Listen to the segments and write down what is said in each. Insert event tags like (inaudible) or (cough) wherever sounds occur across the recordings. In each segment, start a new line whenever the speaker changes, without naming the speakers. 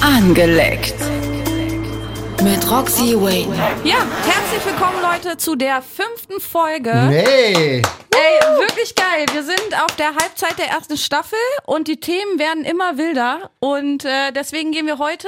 Angeleckt. Mit Roxy Wayne.
Ja, herzlich willkommen Leute zu der fünften Folge.
Nee.
Ey, wirklich geil. Wir sind auf der Halbzeit der ersten Staffel und die Themen werden immer wilder. Und äh, deswegen gehen wir heute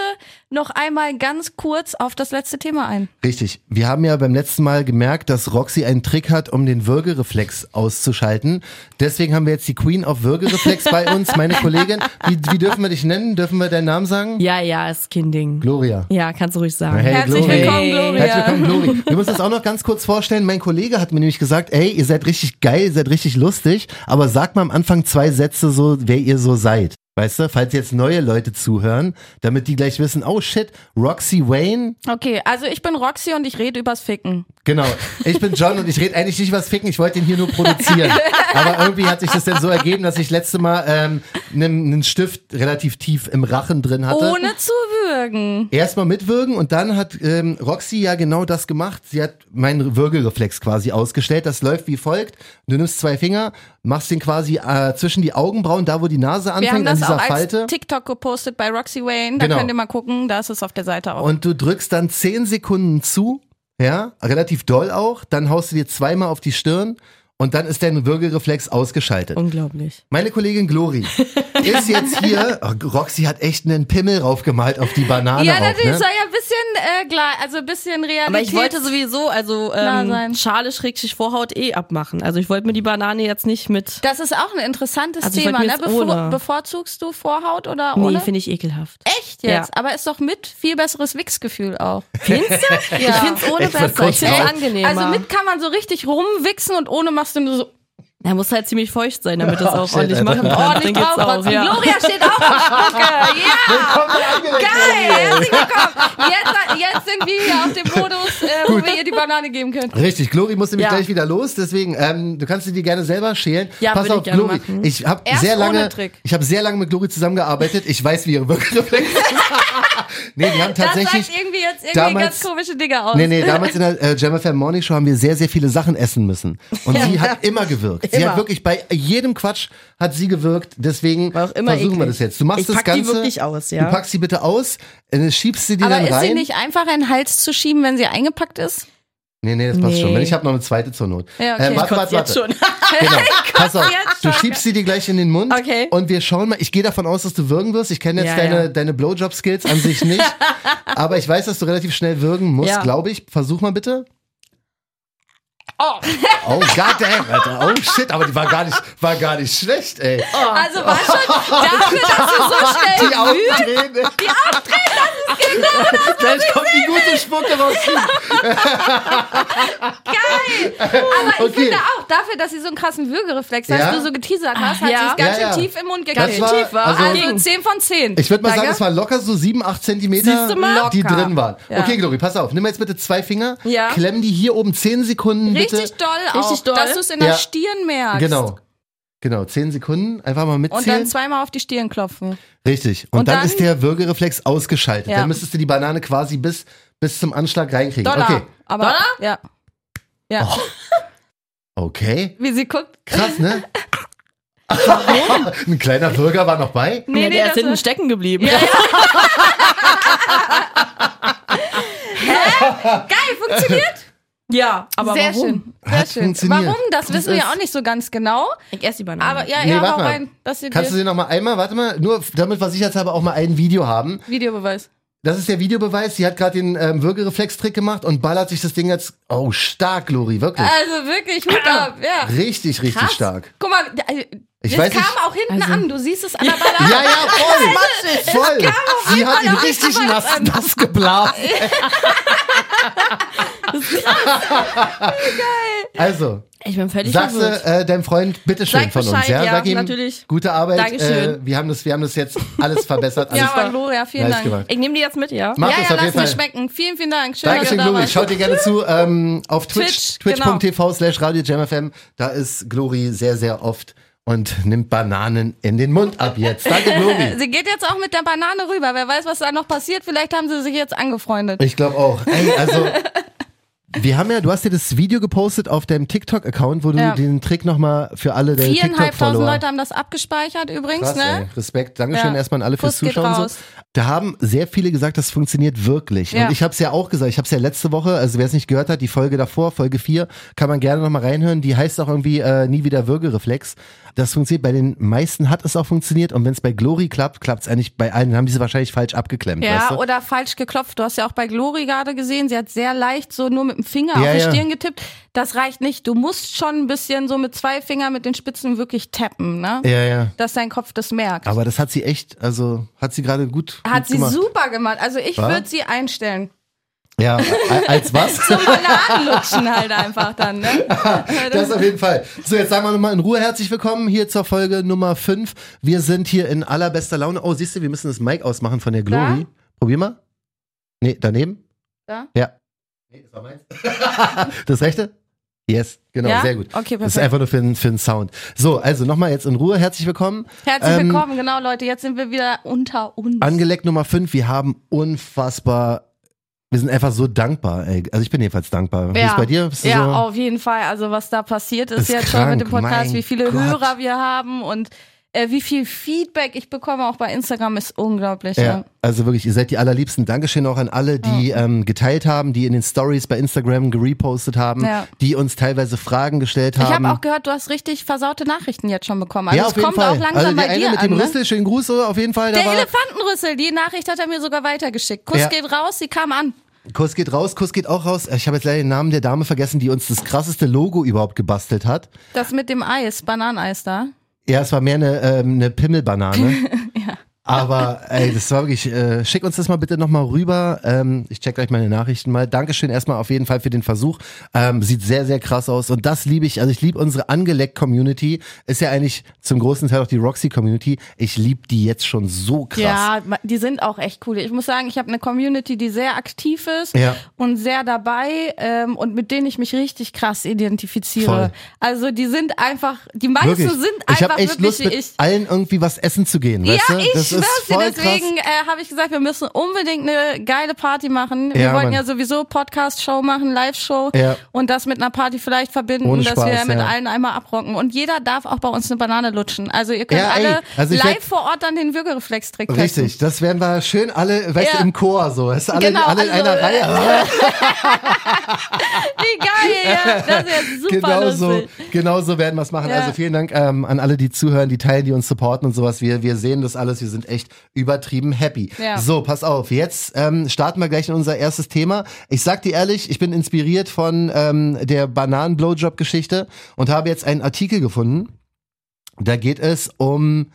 noch einmal ganz kurz auf das letzte Thema ein.
Richtig. Wir haben ja beim letzten Mal gemerkt, dass Roxy einen Trick hat, um den Würgereflex auszuschalten. Deswegen haben wir jetzt die Queen of Würgereflex bei uns, meine Kollegin. Wie, wie dürfen wir dich nennen? Dürfen wir deinen Namen sagen?
Ja, ja, ist Kinding.
Gloria.
Ja, kannst du ruhig sagen.
Hey,
Herzlich
Gloria.
willkommen, Gloria.
Herzlich willkommen, Gloria. Wir müssen das auch noch ganz kurz vorstellen. Mein Kollege hat mir nämlich gesagt, ey, ihr seid richtig geil, ihr seid richtig lustig, aber sagt mal am Anfang zwei Sätze so, wer ihr so seid. Weißt du, falls jetzt neue Leute zuhören, damit die gleich wissen, oh shit, Roxy Wayne,
Okay, also ich bin Roxy und ich rede übers Ficken.
Genau. Ich bin John und ich rede eigentlich nicht was ficken, ich wollte ihn hier nur produzieren. Aber irgendwie hat sich das dann so ergeben, dass ich letzte Mal ähm, einen einen Stift relativ tief im Rachen drin hatte.
Ohne zu würgen.
Erstmal mitwürgen und dann hat ähm, Roxy ja genau das gemacht. Sie hat meinen Würgereflex quasi ausgestellt. Das läuft wie folgt. Du nimmst zwei Finger, machst den quasi äh, zwischen die Augenbrauen, da wo die Nase
Wir haben
anfängt, an
das
dieser
auch als
Falte.
TikTok gepostet bei Roxy Wayne. Da
Genau.
könnt ihr mal gucken, da ist es auf der Seite auch.
Und du drückst dann zehn Sekunden zu, ja, relativ doll auch, dann haust du dir zweimal auf die Stirn und dann ist dein Würgereflex ausgeschaltet.
Unglaublich.
Meine Kollegin Glori
(laughs)
ist jetzt hier. Oh, Roxy hat echt einen Pimmel raufgemalt auf die Banane.
ja,
rauf,
natürlich
ne?
soll ja ein bisschen, äh, klar, also ein bisschen Realität.
Aber ich wollte sowieso, also
Na, sein.
ähm, Schale schrägstrich Vorhaut eh abmachen. Also ich wollte mir die Banane jetzt nicht mit.
Das ist auch ein interessantes
Also ich
Thema.
wollte
Ne?
mir jetzt
Bevor,
ohne.
bevorzugst du Vorhaut oder
Nee,
ohne?
finde ich ekelhaft.
Echt jetzt,
Ja.
aber ist doch mit viel besseres Wichsgefühl auch.
Findest (laughs) du? Ich find's ohne
Ich wollte
besser. Ich
kurz
find's
raus.
angenehmer.
Also mit kann man so richtig rumwichsen und ohne machst du nur so
Er muss halt ziemlich feucht sein, damit das auch
Oh, shit,
ordentlich
Alter.
machen kann.
ordentlich
Dann geht's
drauf.
auch,
Rotzen.
ja.
Gloria steht auch auf Spucke.
(laughs)
Ja,
Willkommen bei Angeleckt,
geil,
Leute.
herzlich willkommen. Jetzt, jetzt sind wir hier auf dem Modus, äh, wo wir ihr die Banane geben können.
Richtig, Glori muss nämlich
Ja.
gleich wieder los, deswegen ähm, du kannst sie dir gerne selber schälen.
Ja,
Pass
würde ich
auf,
gerne
Glori.
machen.
Ich habe
Erst
sehr
ohne
lange,
Trick.
ich habe sehr lange mit Glori zusammengearbeitet. Ich weiß, wie ihre
(laughs)
Würgereflex ist. (laughs) nee, die haben
das
tatsächlich
sagt irgendwie jetzt irgendwie
damals-
ganz komische Dinge aus.
Nee, nee, damals in der äh, Gemma Fan Morning Show haben wir sehr, sehr viele Sachen essen müssen. Und sie hat immer gewirkt. Sie
Immer.
hat wirklich bei jedem Quatsch hat sie gewirkt. Deswegen
War auch immer
versuchen wir
eklig.
das jetzt. Du machst
Ich
das
pack die
Ganze.
wirklich aus, ja.
Du packst sie bitte aus, äh, schiebst sie dir
Aber
dann
ist
rein.
sie nicht einfach, einen Hals zu schieben, wenn sie eingepackt ist?
nee, nee, das passt
Nee.
schon. Wenn ich habe noch eine zweite zur Not.
Ja, okay.
äh,
Ich
warte, warte,
Jetzt
warte.
schon.
Genau. Pass auf,
jetzt
du
schon.
schiebst sie dir gleich in den Mund
Okay.
und wir schauen mal. Ich gehe davon aus, dass du würgen wirst. Ich kenne jetzt
Ja,
deine,
ja.
deine Blowjob-Skills an sich nicht, aber ich weiß, dass du relativ schnell würgen musst,
Ja.
glaube ich. Versuch mal bitte.
Oh.
Oh, goddamn, Alter. Oh, shit, aber die war gar nicht, war gar nicht schlecht, ey.
Also war schon dafür, dass du so schnell
Oh Die Augen drehen. Die (laughs) Augen das ist genau das, Gleich kommt die gute Spucke raus.
Aber ich
Okay.
finde auch, dafür, dass sie so einen krassen Würgereflex hat,
Ja?
du so geteasert hast, hat
ja.
sie es ganz
Ja,
schön
ja.
tief im Mund
Das
gekriegt.
war-
tief,
also-
also 10 von 10.
Ich würde mal sagen,
Danke.
es waren locker so sieben, acht Zentimeter,
Siehst du mal?
die
Locker.
drin waren.
Ja.
Okay, Glory, pass auf. Nimm mal jetzt bitte zwei Finger,
Ja.
klemm die hier oben zehn Sekunden bitte.
richtig doll auch,
Richtig doll.
dass du es in der
Ja.
Stirn merkst.
Genau. Genau, zehn Sekunden, einfach mal mitzählen.
Und dann zweimal auf die Stirn klopfen.
Richtig. Und,
Und
dann,
dann-
ist der Würgereflex ausgeschaltet.
Ja.
Dann müsstest du die Banane quasi bis, bis zum Anschlag reinkriegen.
Dollar.
Okay. Oh.
Aber,
Dollar?
Ja. Ja.
Okay.
Wie sie guckt.
Krass, ne? (laughs) Ein kleiner Würger war noch bei.
Nee,
nee,
der
das
ist hinten
ist-
stecken geblieben.
Geil, funktioniert?
(laughs) Ja, aber
Sehr
warum?
schön. Sehr
Hat
schön.
funktioniert.
Warum? Das wissen wir ja auch nicht so ganz genau.
Ich esse die Banane.
Aber ja,
Nee,
ja,
warte
hau
mal.
rein. Dass sie
Kannst du
dir
sie noch mal einmal, warte mal, nur damit wir sicherheitshalber auch mal ein Video haben.
Videobeweis.
Das ist der Videobeweis. Sie hat gerade den ähm, Würgereflex-Trick gemacht und ballert sich das Ding jetzt. Oh, stark, Lori, wirklich.
Also wirklich, Hut ab. Ja.
richtig, richtig
Krass.
stark.
Guck mal, da- äh,
Ich
das
weiß
kam
nicht-
auch hinten
Also-
an. Du siehst es an der
(laughs)
Banane.
Ja, ja, voll. voll. Sie hat ihn richtig nass, nass geblasen. Also,
ich bin völlig
Sagst
verwirrt.
du äh, deinem Freund bitteschön
Sag
von uns,
Bescheid,
ja?
ja,
Sag ihm,
natürlich.
gute Arbeit.
Dankeschön.
Äh, wir, haben das, wir haben das jetzt alles verbessert. Alles
Ja, aber Gloria, vielen
nice
Dank.
gemacht.
Ich nehme die jetzt mit, ja?
Mach
Ja,
das
ja,
auf
lass
jeden
mir
Fall.
schmecken. Vielen, vielen Dank. Schön,
Dankeschön,
dass ihr da
Glori.
warst.
Schaut dir gerne zu ähm, auf Twitch,
Twitch, genau.
twitch.tv slash Radio Jam FM. Da ist Glori sehr, sehr oft und nimmt Bananen in den Mund ab jetzt. Danke,
(laughs)
Glori.
Sie geht jetzt auch mit der Banane rüber. Wer weiß, was da noch passiert. Vielleicht haben sie sich jetzt angefreundet.
Ich glaube auch. Ey, also, Wir haben ja, du hast dir das Video gepostet auf deinem TikTok-Account, wo du
Ja.
den Trick nochmal für alle deine
Viereinhalbtausend
TikTok-Follower.
Leute haben das abgespeichert übrigens,
Krass, ey.
ne?
Respekt, Dankeschön
Ja.
erstmal an alle fürs
Kuss geht
Zuschauen. und
raus.
So. Da haben sehr viele gesagt, das funktioniert wirklich.
Ja.
Und ich habe es ja auch gesagt, ich habe es ja letzte Woche, also wer es nicht gehört hat, die Folge davor, Folge 4, kann man gerne nochmal reinhören. Die heißt auch irgendwie äh, Nie wieder Würgereflex. Das funktioniert, bei den meisten hat es auch funktioniert und wenn es bei Glory klappt, klappt es eigentlich bei allen, Dann haben die sie wahrscheinlich falsch abgeklemmt.
Ja,
weißt du?
oder falsch geklopft. Du hast ja auch bei Glory gerade gesehen, sie hat sehr leicht so nur mit dem Finger
Ja,
auf die
ja.
Stirn getippt. Das reicht nicht. Du musst schon ein bisschen so mit zwei Fingern mit den Spitzen wirklich tappen, ne?
ja, ja.
Dass dein Kopf das merkt.
Aber das hat sie echt, also hat sie gerade gut,
hat
gut
sie
gemacht.
super gemacht. Also ich
Wa?
würde sie einstellen.
Ja, a- als was?
(laughs) Alle anlutschen halt einfach dann, ne?
(laughs) Das auf jeden Fall. So, jetzt sagen wir nochmal in Ruhe herzlich willkommen hier zur Folge Nummer 5. Wir sind hier in allerbester Laune. Oh, siehst du, wir müssen das Mic ausmachen von der Glory.
Da?
Probier mal. Nee, daneben?
Da?
Ja. Nee, das war meins. (laughs) das rechte? Yes, genau,
ja?
sehr gut.
Okay,
Das ist
perfekt.
einfach nur für den, für den Sound. So, also nochmal jetzt in Ruhe. Herzlich willkommen.
Herzlich
ähm,
willkommen, genau Leute. Jetzt sind wir wieder unter uns.
Angeleckt Nummer 5. Wir haben unfassbar, wir sind einfach so dankbar. Ey. Also ich bin jedenfalls dankbar. Wie ist bei dir? Bist du
ja,
so?
auf jeden Fall. Also was da passiert ist,
Ist
jetzt schon
krank,
mit dem Podcast,
mein
wie viele
Gott.
Hörer wir haben und äh, wie viel Feedback ich bekomme, auch bei Instagram, ist unglaublich.
Ja,
Ja.
also wirklich, ihr seid die allerliebsten. Dankeschön auch an alle, die ähm, geteilt haben, die in den Stories bei Instagram gerepostet haben,
Ja.
die uns teilweise Fragen gestellt
Ich
haben.
habe auch gehört, du hast richtig versaute Nachrichten jetzt schon bekommen. Also
Ähm, ja,
es
auf jeden
kommt
Fall.
auch langsam
also die
bei
eine
dir
mit
an.
dem
ne?
Rüssel, schönen Gruß so, auf jeden Fall. Da
Der
war,
Elefantenrüssel, die Nachricht hat er mir sogar weitergeschickt. Kuss
Ja.
geht raus, sie kam an.
Kuss geht raus, Kuss geht auch raus. Ich habe jetzt leider den Namen der Dame vergessen, die uns das krasseste Logo überhaupt gebastelt hat.
Das mit dem Eis, Bananeneis da.
Ja, es war mehr eine, ähm, eine Pimmelbanane.
(laughs)
Aber ey, das war wirklich, äh, schick uns das mal bitte nochmal rüber. Ähm, ich check gleich meine Nachrichten mal. Dankeschön erstmal auf jeden Fall für den Versuch. Ähm, sieht sehr, sehr krass aus. Und das liebe ich. Also ich liebe unsere Angeleckt-Community. Ist ja eigentlich zum großen Teil auch die Roxy-Community. Ich liebe die jetzt schon so krass.
Ja, ma- die sind auch echt cool. Ich muss sagen, ich habe eine Community, die sehr aktiv ist
Ja.
und sehr dabei ähm, und mit denen ich mich richtig krass identifiziere.
Voll.
Also die sind einfach, die meisten
Wirklich.
sind
ich
einfach
habe echt
wirklich
Lust, mit
ich.
allen irgendwie was essen zu gehen. weißt
ja,
du?
ich
das ist
schwör's dir,
voll krass.
deswegen äh, habe ich gesagt, wir müssen unbedingt eine geile Party machen. Wir
Ja,
wollten
Mann.
ja sowieso Podcast-Show machen, Live-Show
Ja.
und das mit einer Party vielleicht verbinden,
Ohne
dass
Spaß,
wir mit
ja.
allen einmal abrocken. Und jeder darf auch bei uns eine Banane lutschen. Also ihr könnt
Ja, ey,
alle
also ich
live
werd-
vor Ort dann den Würgereflex-Trick testen.
Richtig, das werden wir schön alle, weißt
Ja.
du, im Chor so. Weißt du, alle,
Genau,
alle in
also,
einer
äh,
Reihe.
Wie geil, ja. Das ist
(laughs)
jetzt super
Genau so,
lustig.
genau so werden wir es machen.
Ja.
Also vielen Dank ähm, an alle, die zuhören, die teilen, die uns supporten und sowas. Wir, wir sehen das alles, wir sind echt übertrieben happy.
Ja.
So, pass auf, jetzt ähm, starten wir gleich in unser erstes Thema. Ich sag dir ehrlich, ich bin inspiriert von ähm, der Bananen-Blowjob-Geschichte und habe jetzt einen Artikel gefunden. Da geht es um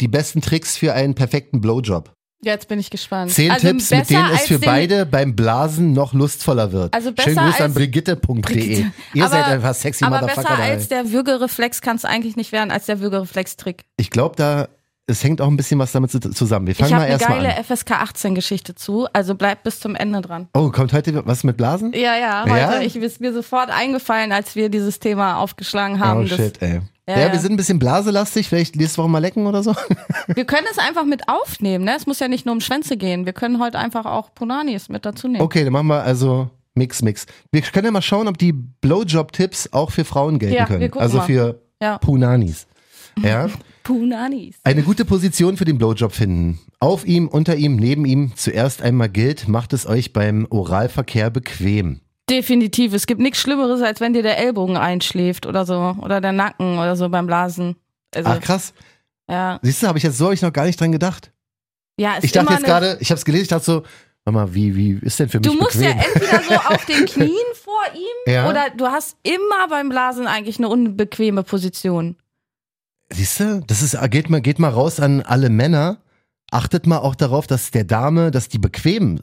die besten Tricks für einen perfekten Blowjob.
Jetzt bin ich gespannt.
Zehn
also
Tipps, mit denen es
als
für
den-
beide beim Blasen noch lustvoller wird.
Also
Schönen
besser
Gruß an
als-
brigitte.de.
Brigitte.
E. Ihr
Aber-
seid einfach sexy
Aber
Motherfucker.
besser
ey.
als der Würgereflex kann es eigentlich nicht werden, als der Würgereflex-Trick.
Ich glaube, da es hängt auch ein bisschen was damit zu, zusammen. Wir
Ich
fangen
habe
mal
eine
erstmal
geile
an.
FSK 18-Geschichte zu, also bleibt bis zum Ende dran.
Oh, kommt heute was mit Blasen?
Ja, ja, heute
Ja?
Ich, ist mir sofort eingefallen, als wir dieses Thema aufgeschlagen haben.
Oh
Das-
shit, ey. Ja,
Ja, ja.
wir sind ein bisschen blaselastig, vielleicht nächste Woche mal lecken oder so. (laughs)
Wir können es einfach mit aufnehmen, ne? Es muss ja nicht nur um Schwänze gehen. Wir können heute einfach auch Punanis mit dazu nehmen.
Okay, dann machen wir also Mix, Mix. Wir können ja mal schauen, ob die Blowjob-Tipps auch für Frauen gelten
Ja, wir
können.
gucken
also
mal.
für
Ja.
Punanis. Ja.
Punanis.
Eine gute Position für den Blowjob finden. Auf ihm, unter ihm, neben ihm. Zuerst einmal gilt, macht es euch beim Oralverkehr bequem.
Definitiv. Es gibt nichts Schlimmeres, als wenn dir der Ellbogen einschläft oder so. Oder der Nacken oder so beim Blasen. Also,
Ach krass.
ja.
Siehst du, habe ich jetzt so hab ich noch gar nicht dran gedacht.
ja ist
Ich dachte
immer
jetzt
eine-
gerade, ich habe es gelesen, ich dachte so, warte mal, wie, wie ist denn für mich
Du musst
bequem?
ja entweder so auf den
(laughs)
Knien vor ihm
Ja.
oder du hast immer beim Blasen eigentlich eine unbequeme Position.
Siehst du, das ist, geht mal, geht mal raus an alle Männer. Achtet mal auch darauf, dass der Dame, dass die bequem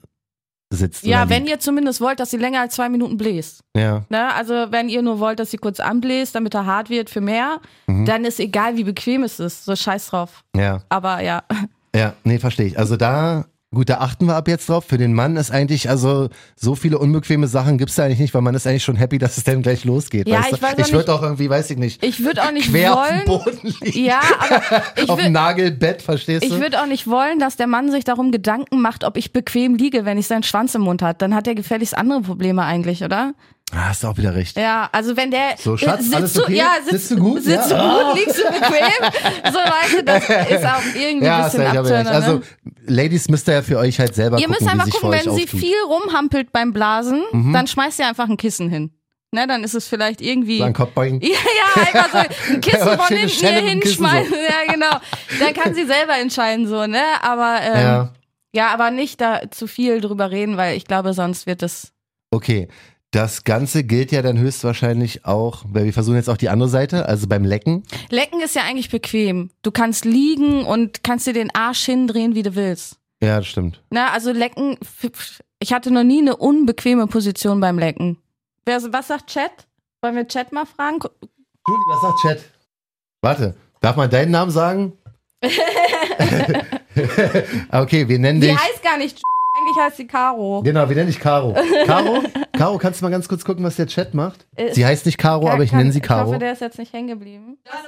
sitzt.
Ja,
oder
wenn
liegt.
ihr zumindest wollt, dass sie länger als zwei Minuten bläst.
Ja.
Ne? Also wenn ihr nur wollt, dass sie kurz anbläst, damit er hart wird für mehr,
Mhm.
dann ist egal, wie bequem es ist. So scheiß drauf.
Ja,
Aber ja,
ja, nee, verstehe ich. Also da Gut, da achten wir ab jetzt drauf. Für den Mann ist eigentlich, also so viele unbequeme Sachen gibt's da eigentlich nicht, weil man ist eigentlich schon happy, dass es dann gleich losgeht.
Ja,
weißt
ich
du?
weiß auch
ich
nicht-
würde auch irgendwie, weiß ich nicht,
Ich würde auch nicht
quer auf dem
wollen.
Boden liegen,
Ja,
(laughs)
aber ich
auf dem
würde
Nagelbett, verstehst
ich
du?
würd auch nicht wollen, dass der Mann sich darum Gedanken macht, ob ich bequem liege, wenn ich seinen Schwanz im Mund hat. Dann hat er gefälligst andere Probleme eigentlich, oder?
Ah, hast du auch wieder recht.
Ja, also wenn der
So, Schatz,
sitzt
alles
du,
okay?
ja, sitzt,
Sitzt du gut?
sitzt
Ja.
du gut, liegst du
(laughs)
bequem, so weißt du, das ist auch irgendwie ein
hast
bisschen
recht, aber
Abturner,
recht. Also,
ne?
Ladies müsst ihr ja für euch halt selber
Ihr
gucken,
müsst einfach
wie sich
gucken,
für euch
wenn sie
auftut. Mhm.
viel rumhampelt beim Blasen, dann schmeißt ihr einfach ein Kissen hin. Ne, dann ist es vielleicht irgendwie. (laughs)
Sagen, komm, boing.
Ja, ja, einfach
(laughs)
so ein Kissen
Ja,
von
schöne
hinten
Stelle
hier
mit dem Kissen
hinschmeißen. Ja, genau. Dann kann sie selber entscheiden, so, ne? Aber ähm, ja.
Ja.
aber nicht da zu viel drüber reden, weil ich glaube, sonst wird es.
Okay, das Ganze gilt ja dann höchstwahrscheinlich auch, weil wir versuchen jetzt auch die andere Seite, also beim Lecken.
Lecken ist ja eigentlich bequem. Du kannst liegen und kannst dir den Arsch hindrehen, wie du willst.
Ja, das stimmt.
Na, also lecken. f- f- Ich hatte noch nie eine unbequeme Position beim Lecken. Wer, was sagt Chat? Wollen wir Chat mal fragen? Gu-
Julie, was sagt Chat? Warte, darf man deinen Namen
(laughs)
sagen? okay, wir nennen
Die
dich.
heißt gar nicht. Eigentlich heißt sie Caro.
Genau, wir nennen
(laughs)
dich Caro. Caro, Caro, kannst du mal ganz kurz gucken, was der Chat macht?
Äh,
Sie heißt nicht Caro, aber ich
Kann-
nenne sie
Ich
Caro.
hoffe, der ist jetzt nicht hängen geblieben.
Hat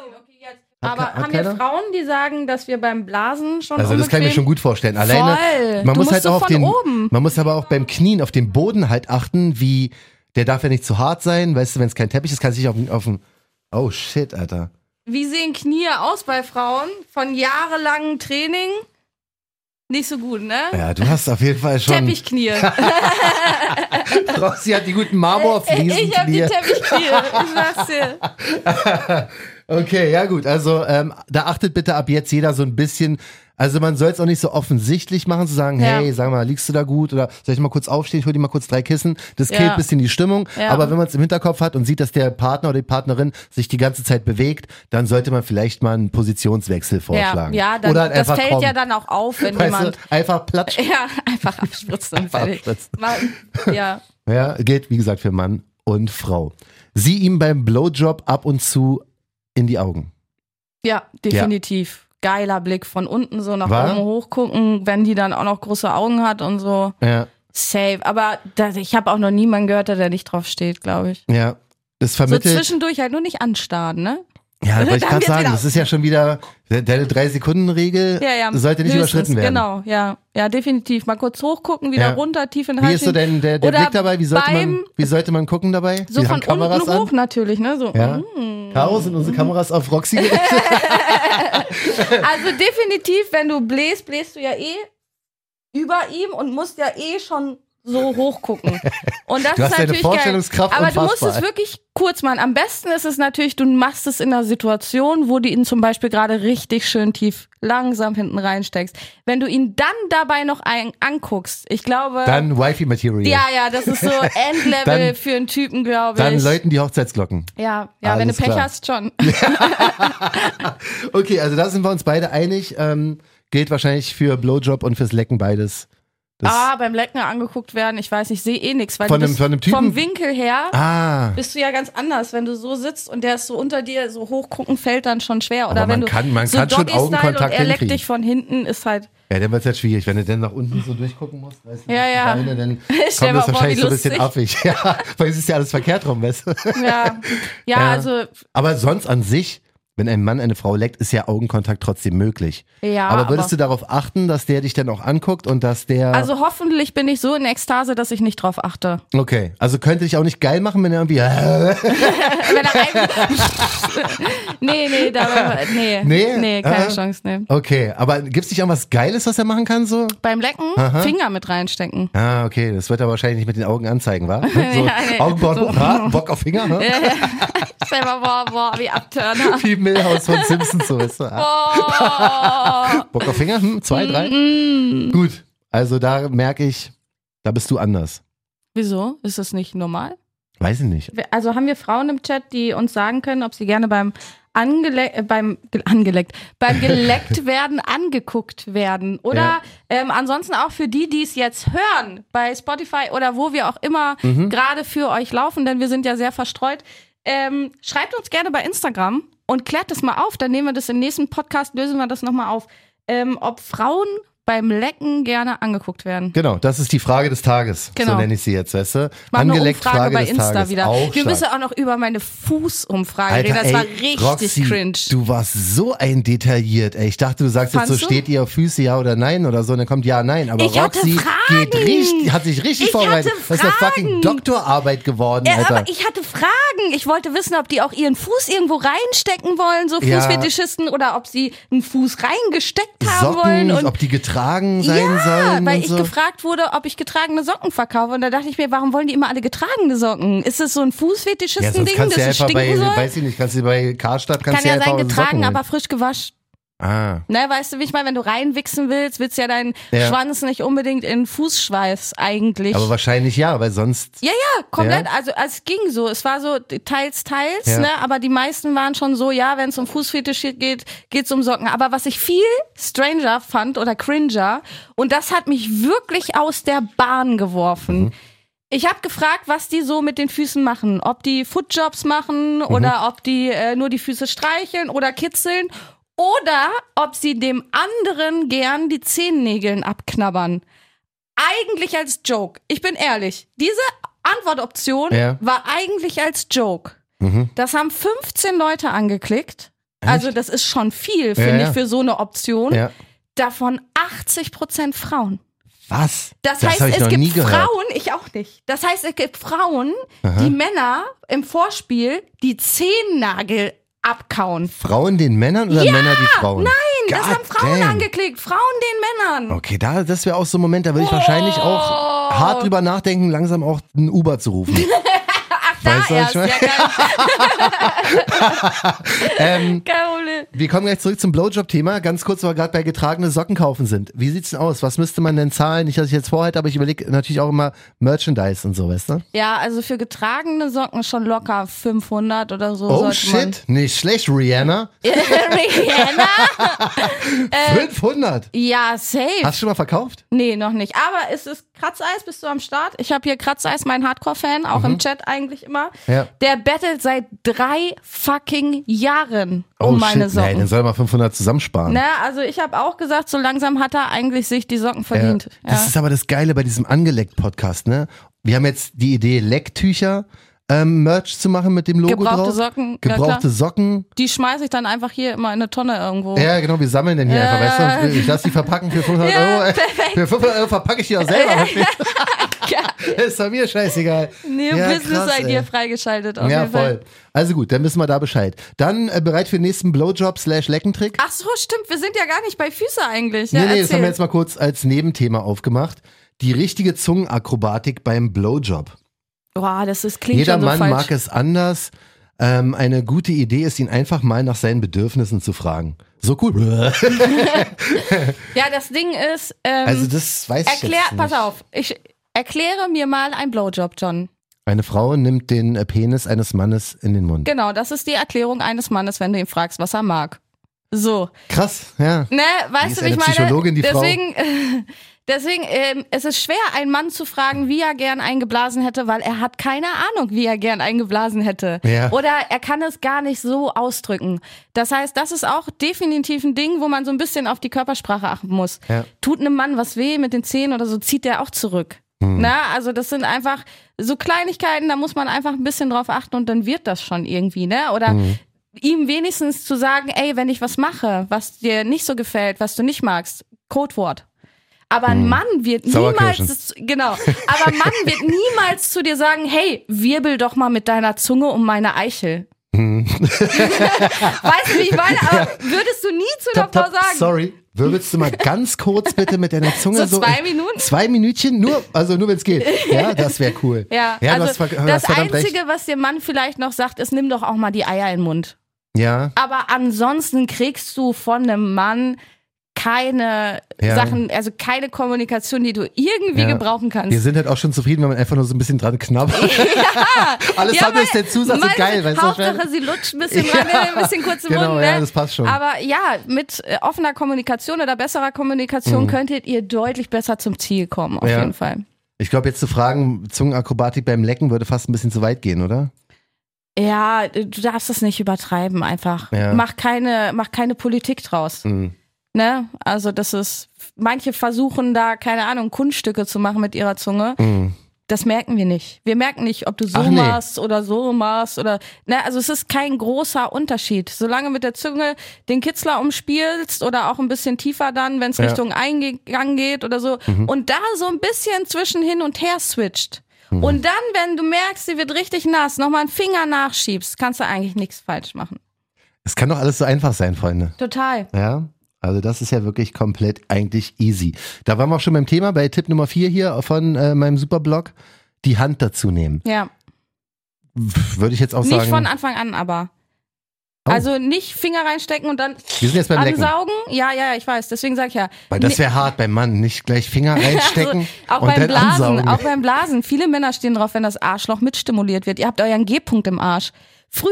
Aber
ke- hat
haben wir
keiner?
Frauen, die sagen, dass wir beim Blasen schon
Also das kann ich mir
unbequem-
schon gut vorstellen. Alleine,
Voll.
man
Du
muss
musst
halt
so
auch auf
von
den,
oben.
man muss aber auch beim Knien auf dem Boden halt achten, wie der darf ja nicht zu hart sein, weißt du, wenn es kein Teppich ist, kannst du dich auf, den- auf den, oh shit, Alter.
Wie sehen Knie aus bei Frauen? Von jahrelangem Training? Nicht so gut, ne?
Ja, du hast auf jeden Fall Äh, schon.
Teppichknie.
(laughs) Rossi hat die guten
ich hab die
Marmorfliesen.
Teppichknie. Ich sag's
(laughs)
dir.
Okay, ja gut. Also ähm, da achtet bitte ab jetzt jeder so ein bisschen. Also man soll es auch nicht so offensichtlich machen, zu sagen,
Ja.
hey, sag mal, liegst du da gut oder soll ich mal kurz aufstehen, ich hol dir mal kurz drei Kissen. Das
Ja.
killt ein bisschen die Stimmung.
Ja.
Aber wenn man es im Hinterkopf hat und sieht, dass der Partner oder die Partnerin sich die ganze Zeit bewegt, dann sollte man vielleicht mal einen Positionswechsel
Ja,
vorschlagen.
ja dann,
oder halt
das
einfach
fällt
kommen.
ja dann auch auf, wenn
weißt
jemand.
Du,
(laughs)
einfach platsch.
Ja, einfach abspritzen. und fertig.
abspritzen.
Mal- Ja.
Ja, gilt wie gesagt für Mann und Frau. Sieh ihm beim Blowjob ab und zu in die Augen.
Ja, definitiv. Geiler Blick von unten so nach
War?
oben hochgucken, wenn die dann auch noch große Augen hat und so.
Ja.
Safe. Aber das, ich habe auch noch niemanden gehört, der da nicht drauf steht, glaube ich.
Ja, das
So
vermittelt.
zwischendurch halt nur nicht anstarren, ne?
ja, wollte
Dann
ich gerade
geht's
sagen,
wieder.
das ist ja schon wieder de- deine drei Sekunden Regel
Ja, ja.
sollte nicht
höchstens,
überschritten werden.
Genau, ja. Ja, definitiv. Mal kurz hochgucken, wieder
Ja.
runter, tief in den
Wie
Hals.
ist so
schieben.
denn der, der
Oder
Blick dabei? Wie sollte
beim,
man wie sollte man gucken dabei?
so
Wir
von
haben Kameras
unten
an.
hoch natürlich, ne?
(laughs)
So.
Ja. Caro, sind unsere Kameras auf
(laughs)
Roxy gerichtet?
Also definitiv, wenn du bläst, bläst du ja eh über ihm und musst ja eh schon so hochgucken. Und das
(laughs) Du hast
ist
deine
natürlich
Vorstellungskraft
geil. Aber du musst
unfassbar.
es wirklich kurz machen. Am besten ist es natürlich, du machst es in einer Situation, wo du ihn zum Beispiel gerade richtig schön tief langsam hinten reinsteckst. Wenn du ihn dann dabei noch ein anguckst, ich glaube,
Dann Wifi-Material.
ja, ja, das
(laughs)
ist so Endlevel
Dann-
für einen Typen, glaube
Dann
ich.
läuten die Hochzeitsglocken.
ja, ja, wenn du
Alles
Pech
klar.
hast, schon.
Okay, also da sind wir uns beide einig. Ähm, gilt wahrscheinlich für Blowjob und fürs Lecken beides. Das,
Ah, beim Lecken angeguckt werden, ich weiß nicht, sehe eh nix, weil
Von
du
einem-
bist
von einem Typen?
vom Winkel her
ah.
bist du ja ganz anders, wenn du so sitzt und der ist so unter dir, so hochgucken fällt dann schon schwer. Oder
Aber
wenn du
man kann- man
so
kann schon
Doggy-Style und
Augenkontakt
er leckt
hinkriegen.
dich von hinten, ist
(laughs)
halt,
Ja, dann wird es halt schwierig, wenn du dann nach unten so durchgucken musst. Weißt du,
Ja,
die
ja.
Beine, dann
(laughs) Stell
kommt
mal
das
vor,
wahrscheinlich
wie
so ein bisschen affig. (laughs) Ja, weil es ist ja alles verkehrt rum, weißt du.
ja, ja,
Ja.
also,
Aber sonst an sich, wenn ein Mann eine Frau leckt, ist ja Augenkontakt trotzdem möglich.
ja.
aber würdest du darauf achten, dass der dich dann auch anguckt und dass der.
also hoffentlich bin ich so in Ekstase, dass ich nicht drauf achte.
okay, also könnte dich auch nicht geil machen, wenn er irgendwie. (laughs)
Wenn er rein- (laughs) nee, nee,
(laughs)
da, nee, nee,
Nee?
keine
Ah.
Chance, nee.
Okay, aber gibt's nicht irgendwas Geiles, was er machen kann so?
Beim Lecken Finger mit reinstecken.
Ah, okay, das wird er wahrscheinlich nicht mit den Augen
(laughs)
anzeigen, wa? Ne? So,
Ja, nee.
Augenbrauen hoch, ha? Bock auf Finger, ne?
Stell mal vor, boah, wie (laughs) Abturner.
Wie Milhouse von Simpsons, so weißt du? Ah.
Oh.
Bock auf Finger? Hm, zwei, drei? Gut, also da merke ich, da bist du anders.
Wieso? Ist das nicht normal?
Weiß ich nicht.
Wir- Also haben wir Frauen im Chat, die uns sagen können, ob sie gerne beim angele äh, beim ge angeleckt, beim
(laughs)
geleckt werden angeguckt werden. Oder
Ja.
ähm, ansonsten auch für die, die es jetzt hören, bei Spotify oder wo wir auch immer
Mhm.
gerade für euch laufen, denn wir sind ja sehr verstreut. Ähm, schreibt uns gerne bei Instagram und klärt das mal auf, dann nehmen wir das im nächsten Podcast, lösen wir das nochmal auf. Ähm, ob Frauen beim Lecken gerne angeguckt werden?
Genau, das ist die Frage des Tages. So
Genau.
nenne ich sie jetzt, weißt du?
Mach eine
Angeleckt
Umfrage
Frage
bei
des
Insta
Tages.
wieder.
Auch
Wir
stark.
müssen auch noch über meine Fußumfrage reden. Das
ey,
war richtig
Roxy,
cringe.
Du warst so ein detailliert. Ey, ich dachte, du sagst jetzt
Fandst du?
so, steht ihr auf Füße ja oder nein oder so, und dann kommt ja, nein. Aber
Ich hatte
Roxy
Fragen.
geht richtig, hat sich richtig
Ich
vorbereitet.
hatte
Das ist eine
Fragen.
fucking Doktorarbeit geworden,
ja,
Alter.
aber ich hatte Fragen. Ich wollte wissen, ob die auch ihren Fuß irgendwo reinstecken wollen, so
Ja.
Fußfetischisten, oder ob sie einen Fuß reingesteckt haben
Socken,
wollen. Und
ob die getragen sein
ja,
sollen
weil
und
ich
so.
gefragt wurde, ob ich getragene Socken verkaufe. Und da dachte ich mir, warum wollen die immer alle getragene Socken? Ist das so ein
ja,
Fußfetischisten-Ding,
sonst kannst
dass
du ja
es
einfach
stinken
bei,
soll?
weiß ich nicht, kannst du bei Karstadt, kannst
Kann
du
ja
einfach
sein, getragen,
Socken
aber
holen.
frisch gewaschen.
Ah.
Ne, weißt du, wie ich meine, wenn du reinwichsen willst, willst du ja deinen
Ja.
Schwanz nicht unbedingt in Fußschweiß eigentlich.
Aber wahrscheinlich ja, weil sonst,
ja, ja, komplett.
Ja?
Also, also es ging so. Es war so teils, teils,
Ja.
ne? Aber die meisten waren schon so, ja, wenn es um Fußfetisch geht, geht's um Socken. Aber was ich viel stranger fand oder cringer, und das hat mich wirklich aus der Bahn geworfen. Ich habe gefragt, was die so mit den Füßen machen. Ob die Footjobs machen
Mhm.
oder ob die äh, nur die Füße streicheln oder kitzeln oder ob sie dem anderen gern die Zehennägeln abknabbern. Eigentlich als Joke. Ich bin ehrlich. Diese Antwortoption
Ja.
war eigentlich als Joke.
mhm.
Das haben 15 Leute angeklickt. Also das ist schon viel,
Ja,
finde
ja.
ich, für so eine Option.
ja.
Davon 80 Prozent Frauen.
Was?
Das,
hab
heißt,
ich
es
noch nie
gibt
gehört.
Frauen, ich auch nicht. Das heißt, es gibt Frauen, die Männer im Vorspiel die Zehennagel abkauen.
Frauen den Männern oder Männer die Frauen? Nein,
das haben Frauen angeklickt, Frauen den Männern.
Okay, da, das wäre auch so ein Moment, da würde ich wahrscheinlich auch hart drüber nachdenken, langsam auch einen Uber
(laughs)
zu rufen.
Ach, da
weißt du, was
erst.
ich meine?
Ja, geil.
(laughs) Ähm.
Kein Problem.
Wir kommen gleich zurück zum Blowjob-Thema. Ganz kurz, weil wir gerade bei getragene Socken kaufen sind. Wie sieht's denn aus? Was müsste man denn zahlen? Nicht, dass ich jetzt vorhalte, aber ich überlege natürlich auch immer Merchandise und ne? so, weißt du?
Ja, also für getragene Socken schon locker 500 oder so.
Oh
sollte
shit, nicht schlecht, Rihanna.
Man. (laughs) Rihanna? Äh,
500!
Ja, safe.
Hast du schon mal verkauft?
Nee, noch nicht. Aber es ist Kratzeis, bist du am Start? Ich habe hier Kratzeis, mein Hardcore-Fan, auch im Chat eigentlich immer.
Mhm. Ja.
Der bettelt seit drei fucking Jahren um
oh
meine
shit, nein, dann
Socken.
soll man 500 zusammensparen.
Ne, also ich habe auch gesagt, so langsam hat er eigentlich sich die Socken
Ja.
verdient.
Äh, Das
Ja.
ist aber das Geile bei diesem Angeleckt-Podcast, ne? Wir haben jetzt die Idee, Lecktücher ähm, Merch zu machen mit dem Logo
Gebrauchte
drauf.
Socken, ja,
Gebrauchte
klar.
Socken.
Die schmeiße ich dann einfach hier immer in eine Tonne irgendwo.
Ja, genau, wir sammeln denn hier
Ja.
einfach, weißt du? Und Ich lasse die verpacken für 500
Ja,
Euro. Für 500 Euro verpacke ich die auch
(laughs)
selber. ist doch mir scheißegal.
New
Ja,
Business
krass,
Idea
ey.
freigeschaltet auf
Ja,
jeden Fall.
voll. Also gut, dann wissen wir da Bescheid. Dann äh, bereit für den nächsten Blowjob slash Leckentrick?
Ach so, stimmt, wir sind ja gar nicht bei Füße eigentlich. Ja,
nee, nee, das haben wir
erzähl.
jetzt mal kurz als Nebenthema aufgemacht. Die richtige Zungenakrobatik beim Blowjob.
Boah, das ist, klingt
Jeder
schon so
Mann
falsch.
mag es anders. Ähm, eine gute Idee ist, ihn einfach mal nach seinen Bedürfnissen zu fragen. So
(laughs)
cool.
Ja, das Ding ist, ähm,
Also das weiß ich
Erklär,
jetzt nicht.
pass auf, ich erkläre mir mal einen Blowjob, John.
Eine Frau nimmt den äh, Penis eines Mannes in den Mund.
Genau, das ist die Erklärung eines Mannes, wenn du ihn fragst, was er mag. So,
Krass, ja.
ne,
Die ist
weißt du, wie ich
eine
meine?
Psychologin, die Frau.
deswegen, (laughs) deswegen, ähm, es ist schwer, einen Mann zu fragen, wie er gern eingeblasen hätte, weil er hat keine Ahnung, wie er gern eingeblasen hätte.
Ja.
Oder er kann es gar nicht so ausdrücken. Das heißt, das ist auch definitiv ein Ding, wo man so ein bisschen auf die Körpersprache achten muss.
Ja.
Tut einem Mann was weh mit den Zähnen oder so, zieht der auch zurück.
Hm.
Na, also das sind einfach so Kleinigkeiten, da muss man einfach ein bisschen drauf achten und dann wird das schon irgendwie, ne? Oder
Hm.
ihm wenigstens zu sagen, ey, wenn ich was mache, was dir nicht so gefällt, was du nicht magst, Codewort. Aber ein Mann wird
Hm. Sauerkirschen.
niemals, genau, aber
(laughs)
ein Mann wird niemals zu dir sagen, hey, wirbel doch mal mit deiner Zunge um meine Eichel. (laughs)
Hm.
weißt du, wie ich meine? Aber würdest du nie zu einer
Top,
Frau
top,
sagen,
sorry. Wirbelst du mal ganz kurz bitte mit deiner
(laughs)
Zunge
So
so.
zwei
in-
Minuten?
Zwei Minütchen? Nur, also nur wenn
(laughs)
es geht. Ja, das wäre cool.
Ja,
ja
also
du hast, ver- du
das
hast verdammt
Einzige,
recht.
was dir Mann vielleicht noch sagt, ist, nimm doch auch mal die Eier in den Mund.
Ja,
Aber ansonsten kriegst du von einem Mann keine
Ja.
Sachen, also keine Kommunikation, die du irgendwie
Ja.
gebrauchen
wir
kannst.
sind halt auch schon zufrieden, wenn man einfach nur so ein bisschen dran knabbert.
(laughs)
Alles
Ja,
andere ist der Zusatz und
Meinst du,
geil, weißt du? was ich meine?
Hauptsache, sie lutscht ein
(laughs)
bisschen dran, ein bisschen kurz im
genau,
Mund. Ne?
ja, das passt schon.
Aber ja, mit äh, offener Kommunikation oder besserer Kommunikation könntet ihr deutlich besser zum Ziel kommen, auf
Mhm. Ja.
jeden Fall.
Ich glaube, jetzt zu fragen, Zungenakrobatik beim Lecken würde fast ein bisschen zu weit gehen, oder?
Ja, du darfst es nicht übertreiben einfach.
Ja.
Mach keine, mach keine Politik draus. Ne? Also das ist, manche versuchen da, keine Ahnung, Kunststücke zu machen mit ihrer Zunge. Das merken wir nicht. Wir merken nicht, ob du so
Ach, nee.
machst oder so machst oder, ne? Also es ist kein großer Unterschied. Solange mit der Zunge den Kitzler umspielst oder auch ein bisschen tiefer dann, wenn es
Ja. Mhm.
Richtung Eingang geht oder so und da so ein bisschen zwischen hin und her switcht. Und dann, wenn du merkst, sie wird richtig nass, nochmal einen Finger nachschiebst, kannst du eigentlich nichts falsch machen.
Es kann doch alles so einfach sein, Freunde.
Total.
Ja, also das ist ja wirklich komplett eigentlich easy. Da waren wir auch schon beim Thema, bei Tipp Nummer 4 hier von äh, meinem Superblog, die Hand dazu nehmen.
Ja.
Pff, Würde ich jetzt auch
Nicht
sagen.
von Anfang an, aber.
Oh.
Also nicht Finger reinstecken und dann
wir sind jetzt beim Lecken.
ansaugen. Ja, ja, ja, ich weiß. Deswegen sage ich ja. ne,
Weil das wäre hart beim Mann, nicht
(laughs)
gleich Finger reinstecken
Also Auch
und
beim
dann
Blasen,
ansaugen. (laughs)
auch beim Blasen. Viele Männer stehen drauf, wenn das Arschloch mitstimuliert wird. Ihr habt euren G-Punkt im Arsch. Früher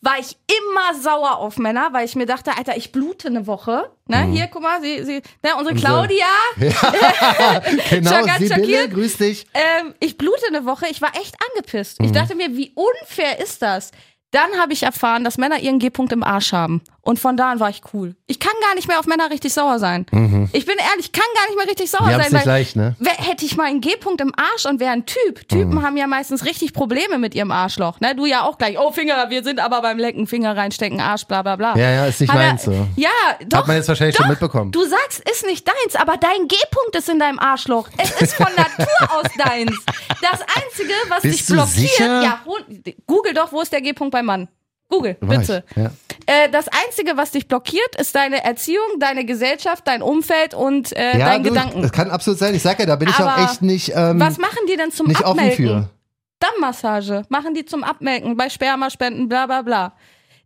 war ich immer sauer auf Männer, weil ich mir dachte, Alter, ich blute eine Woche. Ne?
Mhm.
Hier, guck mal, sie, sie, ne, unsere Claudia,
genau,
schon ganz
Sibylle,
schockiert.
grüß dich.
ähm, ich blute eine Woche, ich war echt angepisst.
Mhm.
Ich dachte mir, wie unfair ist das? Dann habe ich erfahren, dass Männer ihren G-Punkt im Arsch haben. Und von da an war ich cool. Ich kann gar nicht mehr auf Männer richtig sauer sein. Ich bin ehrlich, ich kann gar nicht mehr richtig sauer
Mhm. Wir haben es
sein.
nicht
weil
leicht, ne? Mhm.
Wer- Hätte ich mal einen G-Punkt im Arsch und wäre ein Typ. Typen haben ja meistens richtig Probleme mit ihrem Arschloch. Ne? Du ja auch gleich. Oh, Finger, wir sind aber beim Lecken, Finger reinstecken, Arsch, bla bla bla.
Ja, ja, ist nicht
Hat er-
meins so.
Ja, doch.
Hat man jetzt wahrscheinlich schon
doch.
mitbekommen.
Du sagst, ist nicht deins, aber dein G-Punkt ist in deinem Arschloch. Es ist von Natur
(laughs)
aus deins. Das Einzige, was
Bist
dich
du
blockiert.
sicher?
Ja, hol- google doch, wo ist der G-Punkt beim Mann? Google,
War ich,
bitte.
Ja.
Äh, das Einzige, was dich blockiert, ist deine Erziehung, deine Gesellschaft, dein Umfeld und äh,
Ja,
dein
du,
Gedanken.
Das kann absolut sein. Ich sag ja, da bin ich
Aber
auch echt nicht, ähm,
Was machen die denn zum
nicht offen
Abmelken?
für.
Dammmassage. Machen die zum Abmelken bei Spermaspenden, bla bla bla.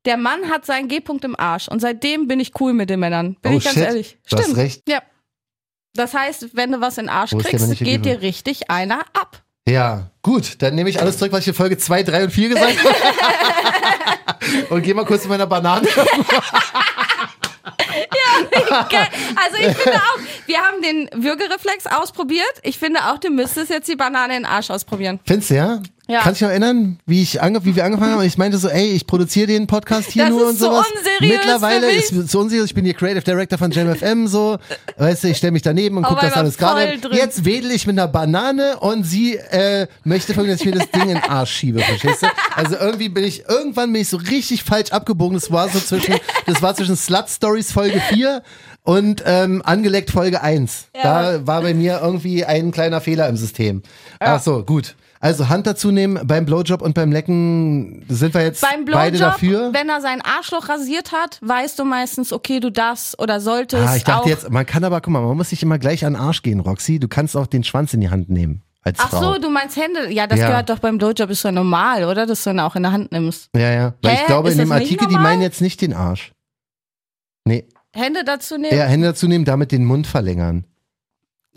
Der Mann hat seinen G-Punkt im Arsch und seitdem bin ich cool mit den Männern. Bin
Oh,
ich ganz
shit.
ehrlich.
Du hast
Stimmt.
recht.
Ja. Das heißt, wenn du was in den Arsch
Wo ist der
kriegst,
männliche
geht dir
Gegner?
richtig einer ab.
Ja, gut, dann nehme ich alles zurück, was ich in Folge 2, 3 und 4 gesagt habe.
(laughs)
und geh mal kurz zu meiner Banane.
Geil. Also ich finde auch, wir haben den Würgereflex ausprobiert. Ich finde auch, du müsstest jetzt die Banane in den Arsch ausprobieren.
Findest du, ja?
Ja.
Kannst du dich noch erinnern, wie, ich ange wie wir angefangen haben? Ich meinte so, ey, ich produziere den Podcast hier
Das
nur
ist
und
so
sowas.
unseriös
Mittlerweile
für mich.
ist es so unseriös. Ich bin hier Creative Director von JamFM, so. Weißt du, ich stelle mich daneben und
Oh,
gucke
weil
das
wir
alles
voll
gerade.
drin.
Jetzt wedel ich mit einer Banane und sie äh, möchte von mir, dass ich mir das Ding in den Arsch schiebe, verstehst du? Also irgendwie bin ich, irgendwann bin ich so richtig falsch abgebogen. Das war so zwischen, das war zwischen Slut Stories Folge 4 und ähm, Angeleckt Folge 1. Da war bei mir irgendwie ein kleiner Fehler im System. Ach so, gut. Also Hand dazu nehmen beim Blowjob und beim Lecken sind wir jetzt
Beim
beide
Blowjob,
dafür.
wenn er sein Arschloch rasiert hat, weißt du meistens, okay, du darfst oder solltest
Ah, ich
auch
dachte jetzt, man kann aber, guck mal, man muss nicht immer gleich an den Arsch gehen, Roxy. Du kannst auch den Schwanz in die Hand nehmen als
Ach
Frau.
so, du meinst Hände. Ja, das
Ja.
gehört doch beim Blowjob, ist ja normal, oder? Dass du ihn auch in der Hand nimmst.
Ja, ja. Weil ich
Hä?
glaube,
Ist
in dem
das nicht
Artikel, die
normal?
meinen jetzt nicht den Arsch. Nee,
Hände dazu nehmen?
eher Hände dazu nehmen, damit den Mund verlängern.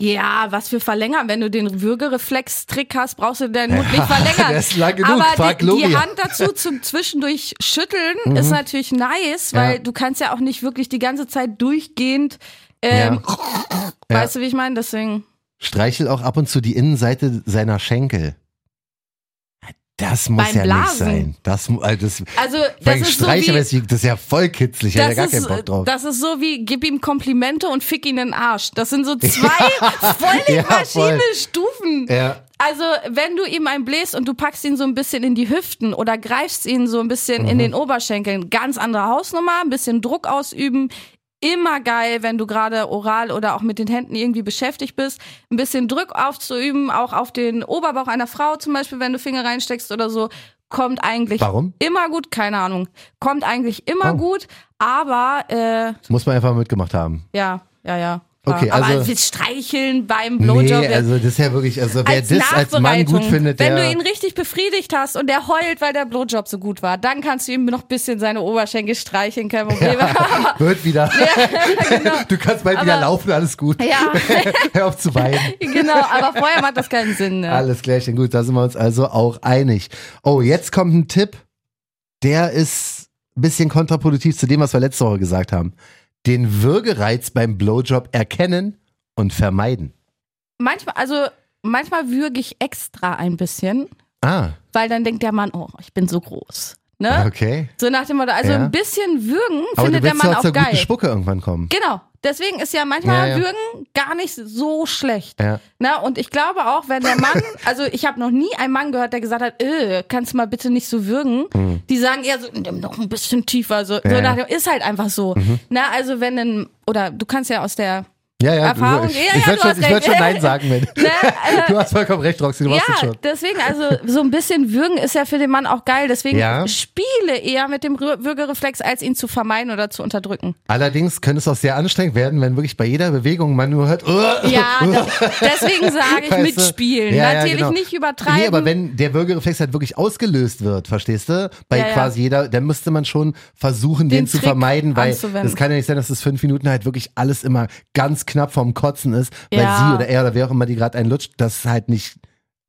Ja, was für verlängern. Wenn du den Würgereflex-Trick hast, brauchst du deinen
(laughs)
Mund nicht verlängern.
der ist lang genug.
Aber
Frag
die,
Lori.
die Hand dazu zum Zwischendurch schütteln ist natürlich nice, weil
Ja.
du kannst ja auch nicht wirklich die ganze Zeit durchgehend, ähm, weißt du, wie ich meine? Deswegen,
Streichel auch ab und zu die Innenseite seiner Schenkel. Das muss
Beim
ja nicht
Blasen.
sein. Das, mu- also das,
also
wenn
das
ich
ist so
streiche,
wie...
das ist ja voll kitzlig. Ich hab ja gar keinen Bock drauf.
äh, das ist so wie, gib ihm Komplimente und fick ihn in den Arsch. Das
(laughs)
sind so zwei völlig
Ja,
verschiedene
voll.
Stufen.
ja.
Also, wenn du ihm einen bläst und du packst ihn so ein bisschen in die Hüften oder greifst ihn so ein bisschen
Mhm.
in den Oberschenkeln, ganz andere Hausnummer, ein bisschen Druck ausüben. Immer geil, wenn du gerade oral oder auch mit den Händen irgendwie beschäftigt bist, ein bisschen Druck aufzuüben, auch auf den Oberbauch einer Frau zum Beispiel, wenn du Finger reinsteckst oder so, kommt eigentlich
Warum?
immer gut, keine Ahnung, kommt eigentlich immer
Oh.
gut, aber äh,
Muss man einfach mitgemacht haben.
ja, ja, ja. klar.
Okay,
aber
also-
jetzt streicheln beim Blowjob.
nee,
jetzt-
also das ist ja wirklich, also wer
als
das als Mann gut
Nachbereitung.
findet,
Wenn
der.
du ihn richtig befriedigt hast und der heult, weil der Blowjob so gut war, dann kannst du ihm noch ein bisschen seine Oberschenkel streicheln, kein Problem. Ja,
wird wieder.
(laughs) genau.
Du kannst bald wieder
Aber-
laufen, alles gut.
Ja.
(laughs) Hör auf zu weinen.
(laughs) genau, aber vorher macht das keinen Sinn. Ne?
Alles klärchen, gut, da sind wir uns also auch einig. Oh, jetzt kommt ein Tipp, der ist ein bisschen kontraproduktiv zu dem, was wir letzte Woche gesagt haben. Den Würgereiz beim Blowjob erkennen und vermeiden.
Manchmal, also manchmal würge ich extra ein bisschen,
Ah,
weil dann denkt der Mann, oh, ich bin so groß. Ne?
Okay.
So nach dem Motto, also
Ja.
ein bisschen würgen
Aber du
findet der
willst ja
Mann
auch zur
auch
guten
geil.
Spucke irgendwann kommen.
Genau. Deswegen ist ja manchmal
Ja, ja.
Würgen gar nicht so schlecht.
Ja.
Na, und ich glaube auch, wenn der
(laughs)
Mann, also ich habe noch nie einen Mann gehört, der gesagt hat, äh, kannst du mal bitte nicht so würgen. Die sagen eher so, nimm noch ein bisschen tiefer. So, so
Hm. ja. Mhm.
nach dem, ist halt einfach so. Na, also wenn ein, oder du kannst ja aus
(laughs)
der,
Ja, ja,
Erfahrung,
du, ich,
ja, ja,
ich
du
würde schon,
hast
ich würd
recht.
schon Nein
(laughs)
sagen, wenn.
ne, äh,
(laughs) Du hast vollkommen recht, Roxy, du machst es
ja,
schon.
deswegen, also so ein bisschen würgen ist ja für den Mann auch geil. Deswegen
Ja.
spiele eher mit dem Rü- Würgereflex, als ihn zu vermeiden oder zu unterdrücken.
Allerdings könnte es auch sehr anstrengend werden, wenn wirklich bei jeder Bewegung man nur hört, "Uah, (laughs)
Ja, da, deswegen sage ich
Weißt du?
mitspielen.
Ja, ja,
Natürlich
genau.
nicht übertreiben.
Nee, aber wenn der Würgereflex halt wirklich ausgelöst wird, verstehst du? Bei
Ja, ja.
quasi jeder, dann müsste man schon versuchen, den,
Den
zu
Trick
vermeiden, weil
anzuwenden.
es kann ja nicht sein, dass das fünf Minuten halt wirklich alles immer ganz knapp vom Kotzen ist, weil
Ja.
sie oder er oder wer auch immer die gerade einen lutscht, das halt nicht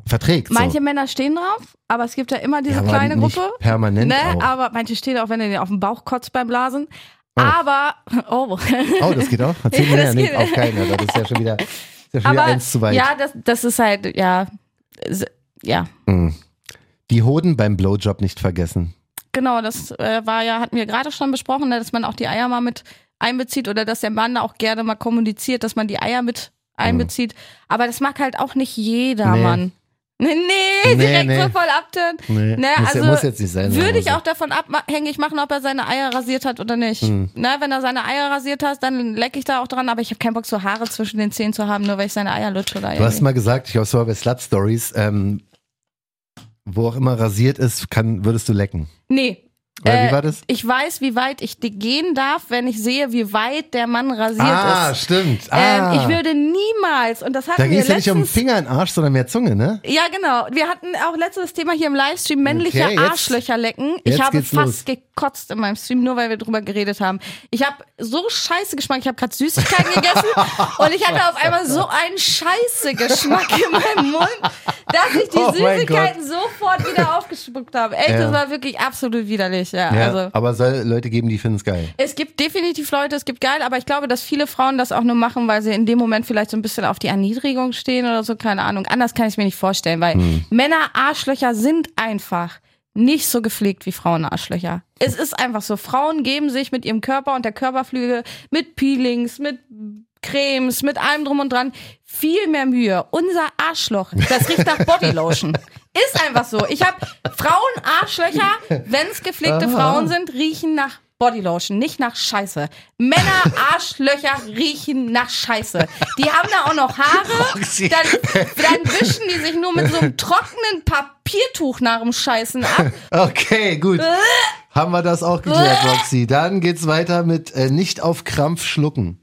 verträgt.
manche
so.
Männer stehen drauf, aber es gibt ja immer diese
Ja, aber halt
kleine
nicht
Gruppe.
Permanent.
Ne?
auch.
Aber manche stehen auch, wenn er dir auf den Bauch kotzt beim Blasen.
Ah.
Aber, (laughs) oh,
Oh, das
(laughs)
geht auch. Erzähl
Ja,
mir ja
das
nicht
geht.
auf keinen. Also das ist ja
(laughs)
schon wieder, ist ja schon wieder
aber
eins zu weit.
ja, das, das ist halt, ja, s- ja.
Die Hoden beim Blowjob nicht vergessen.
Genau, das äh, war ja, hatten wir gerade schon besprochen, ne, dass man auch die Eier mal mit einbezieht oder dass der Mann auch gerne mal kommuniziert, dass man die Eier mit einbezieht. Aber das mag halt auch nicht jeder
Genau. Nee.
Mann. Nee, nee,
Nee,
direkt
nee.
so voll abtönen.
Nee,
Ne,
muss,
also
muss jetzt nicht sein.
Würde ich
Also.
auch davon abhängig machen, ob er seine Eier rasiert hat oder nicht.
Hm.
Ne, wenn er seine Eier rasiert hat, dann leck ich da auch dran, aber ich habe keinen Bock, so Haare zwischen den Zähnen zu haben, nur weil ich seine Eier lutsche oder
Du hast
irgendwie.
mal gesagt, ich glaube, es war bei Slut Stories, ähm, wo auch immer rasiert ist, kann, würdest du lecken.
Nee.
Oder
Äh,
wie war das?
Ich weiß, wie weit ich die gehen darf, wenn ich sehe, wie weit der Mann rasiert
Ah,
ist.
stimmt. Ah,
Ähm, ich würde niemals, und das hatten
da ging
wir
es ja nicht um den
letztens,
Finger in den Arsch, sondern mehr Zunge, ne?
ja genau, wir hatten auch letztes Thema hier im Livestream, männliche
Okay, jetzt-
Arschlöcher lecken.
jetzt
Ich habe
geht's
fast
los.
gekotzt in meinem Stream, nur weil wir drüber geredet haben. Ich habe so scheiße Geschmack, ich habe gerade Süßigkeiten gegessen
(laughs)
und ich hatte auf einmal so einen scheiße Geschmack in meinem Mund, dass ich die
Oh mein
Süßigkeiten sofort wieder aufgespuckt habe. Echt,
Ja.
das war wirklich absolut widerlich, ja.
Ja,
Also.
aber es soll Leute geben, die finden es geil.
Es gibt definitiv Leute, es gibt geil, aber ich glaube, dass viele Frauen das auch nur machen, weil sie in dem Moment vielleicht so ein bisschen auf die Erniedrigung stehen oder so, keine Ahnung. Anders kann ich mir nicht vorstellen, weil Männer Arschlöcher sind einfach nicht so gepflegt wie Frauen Arschlöcher. Es ist einfach so. Frauen geben sich mit ihrem Körper und der Körperflügel, mit Peelings, mit Cremes, mit allem drum und dran viel mehr Mühe. Unser Arschloch, das riecht nach Bodylotion. Ist einfach so. Ich habe Frauen Arschlöcher, wenn es gepflegte Frauen sind, riechen nach Bodylotion, nicht nach Scheiße.
(laughs)
Männer Arschlöcher riechen nach Scheiße. Die haben da auch noch
(laughs)
Haare,
(laughs) Roxy.
dann, dann wischen die sich nur mit so einem trockenen Papiertuch nach dem Scheißen ab.
Okay, gut.
Äh.
Haben wir das auch geklärt, Roxy. Dann geht's weiter mit äh, nicht auf Krampf schlucken.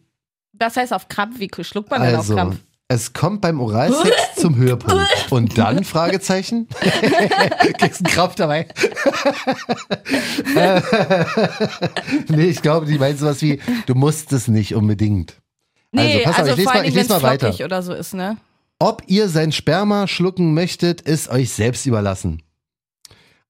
Das heißt auf Krampf, wie schluckt man denn auf
Also,
Krampf?
es kommt beim Oralsex
(laughs)
zum Höhepunkt. Und dann? Fragezeichen. Kriegst einen Krampf dabei. (laughs) Äh, nee, ich glaube, die meinen sowas wie, du musst es nicht unbedingt.
Nee,
pass auf,
also,
ich lese
vor
mal-
allen
ich
Dingen,
lese
wenn es
mal weiter.
flockig oder so ist, ne?
Ob ihr sein Sperma schlucken möchtet, ist euch selbst überlassen.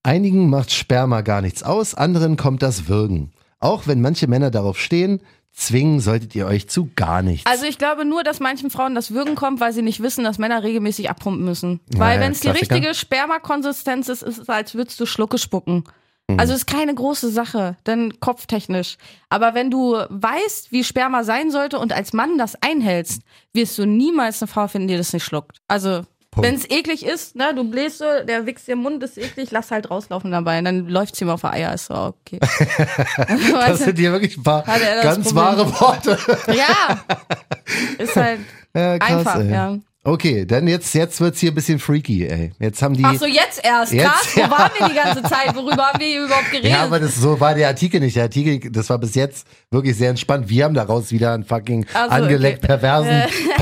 Einigen macht Sperma gar nichts aus, anderen kommt das Würgen. Auch wenn manche Männer darauf stehen, zwingen solltet ihr euch zu gar nichts.
Also ich glaube nur, dass manchen Frauen das Würgen kommt, weil sie nicht wissen, dass Männer regelmäßig abpumpen müssen.
ja,
Weil wenn es die
Klassiker.
richtige Spermakonsistenz ist, ist es, als würdest du Schlucke spucken. Also ist keine große Sache, denn kopftechnisch. Aber wenn du weißt, wie Sperma sein sollte und als Mann das einhältst, wirst du niemals eine Frau finden, die das nicht schluckt. Also
Punkt.
wenn es eklig ist, ne, du bläst so, der wächst dir im Mund, ist eklig, lass halt rauslaufen dabei. Und dann läuft's ihm auf die Eier, ist so okay.
das sind hier wirklich ein paar
Hat er das
ganz
Problem?
wahre Worte. (laughs)
ja, ist halt
Ja, krass,
einfach,
ey.
ja.
Okay, dann jetzt, jetzt wird's hier ein bisschen freaky, ey. Jetzt haben die.
Ach so, jetzt erst.
Jetzt,
Krass, wo
ja.
waren wir die ganze Zeit? Worüber haben wir hier überhaupt geredet?
ja, aber das, so war der Artikel nicht. Der Artikel, das war bis jetzt wirklich sehr entspannt. Wir haben daraus wieder einen fucking
Ach so,
angeleckt
okay.
perversen (laughs)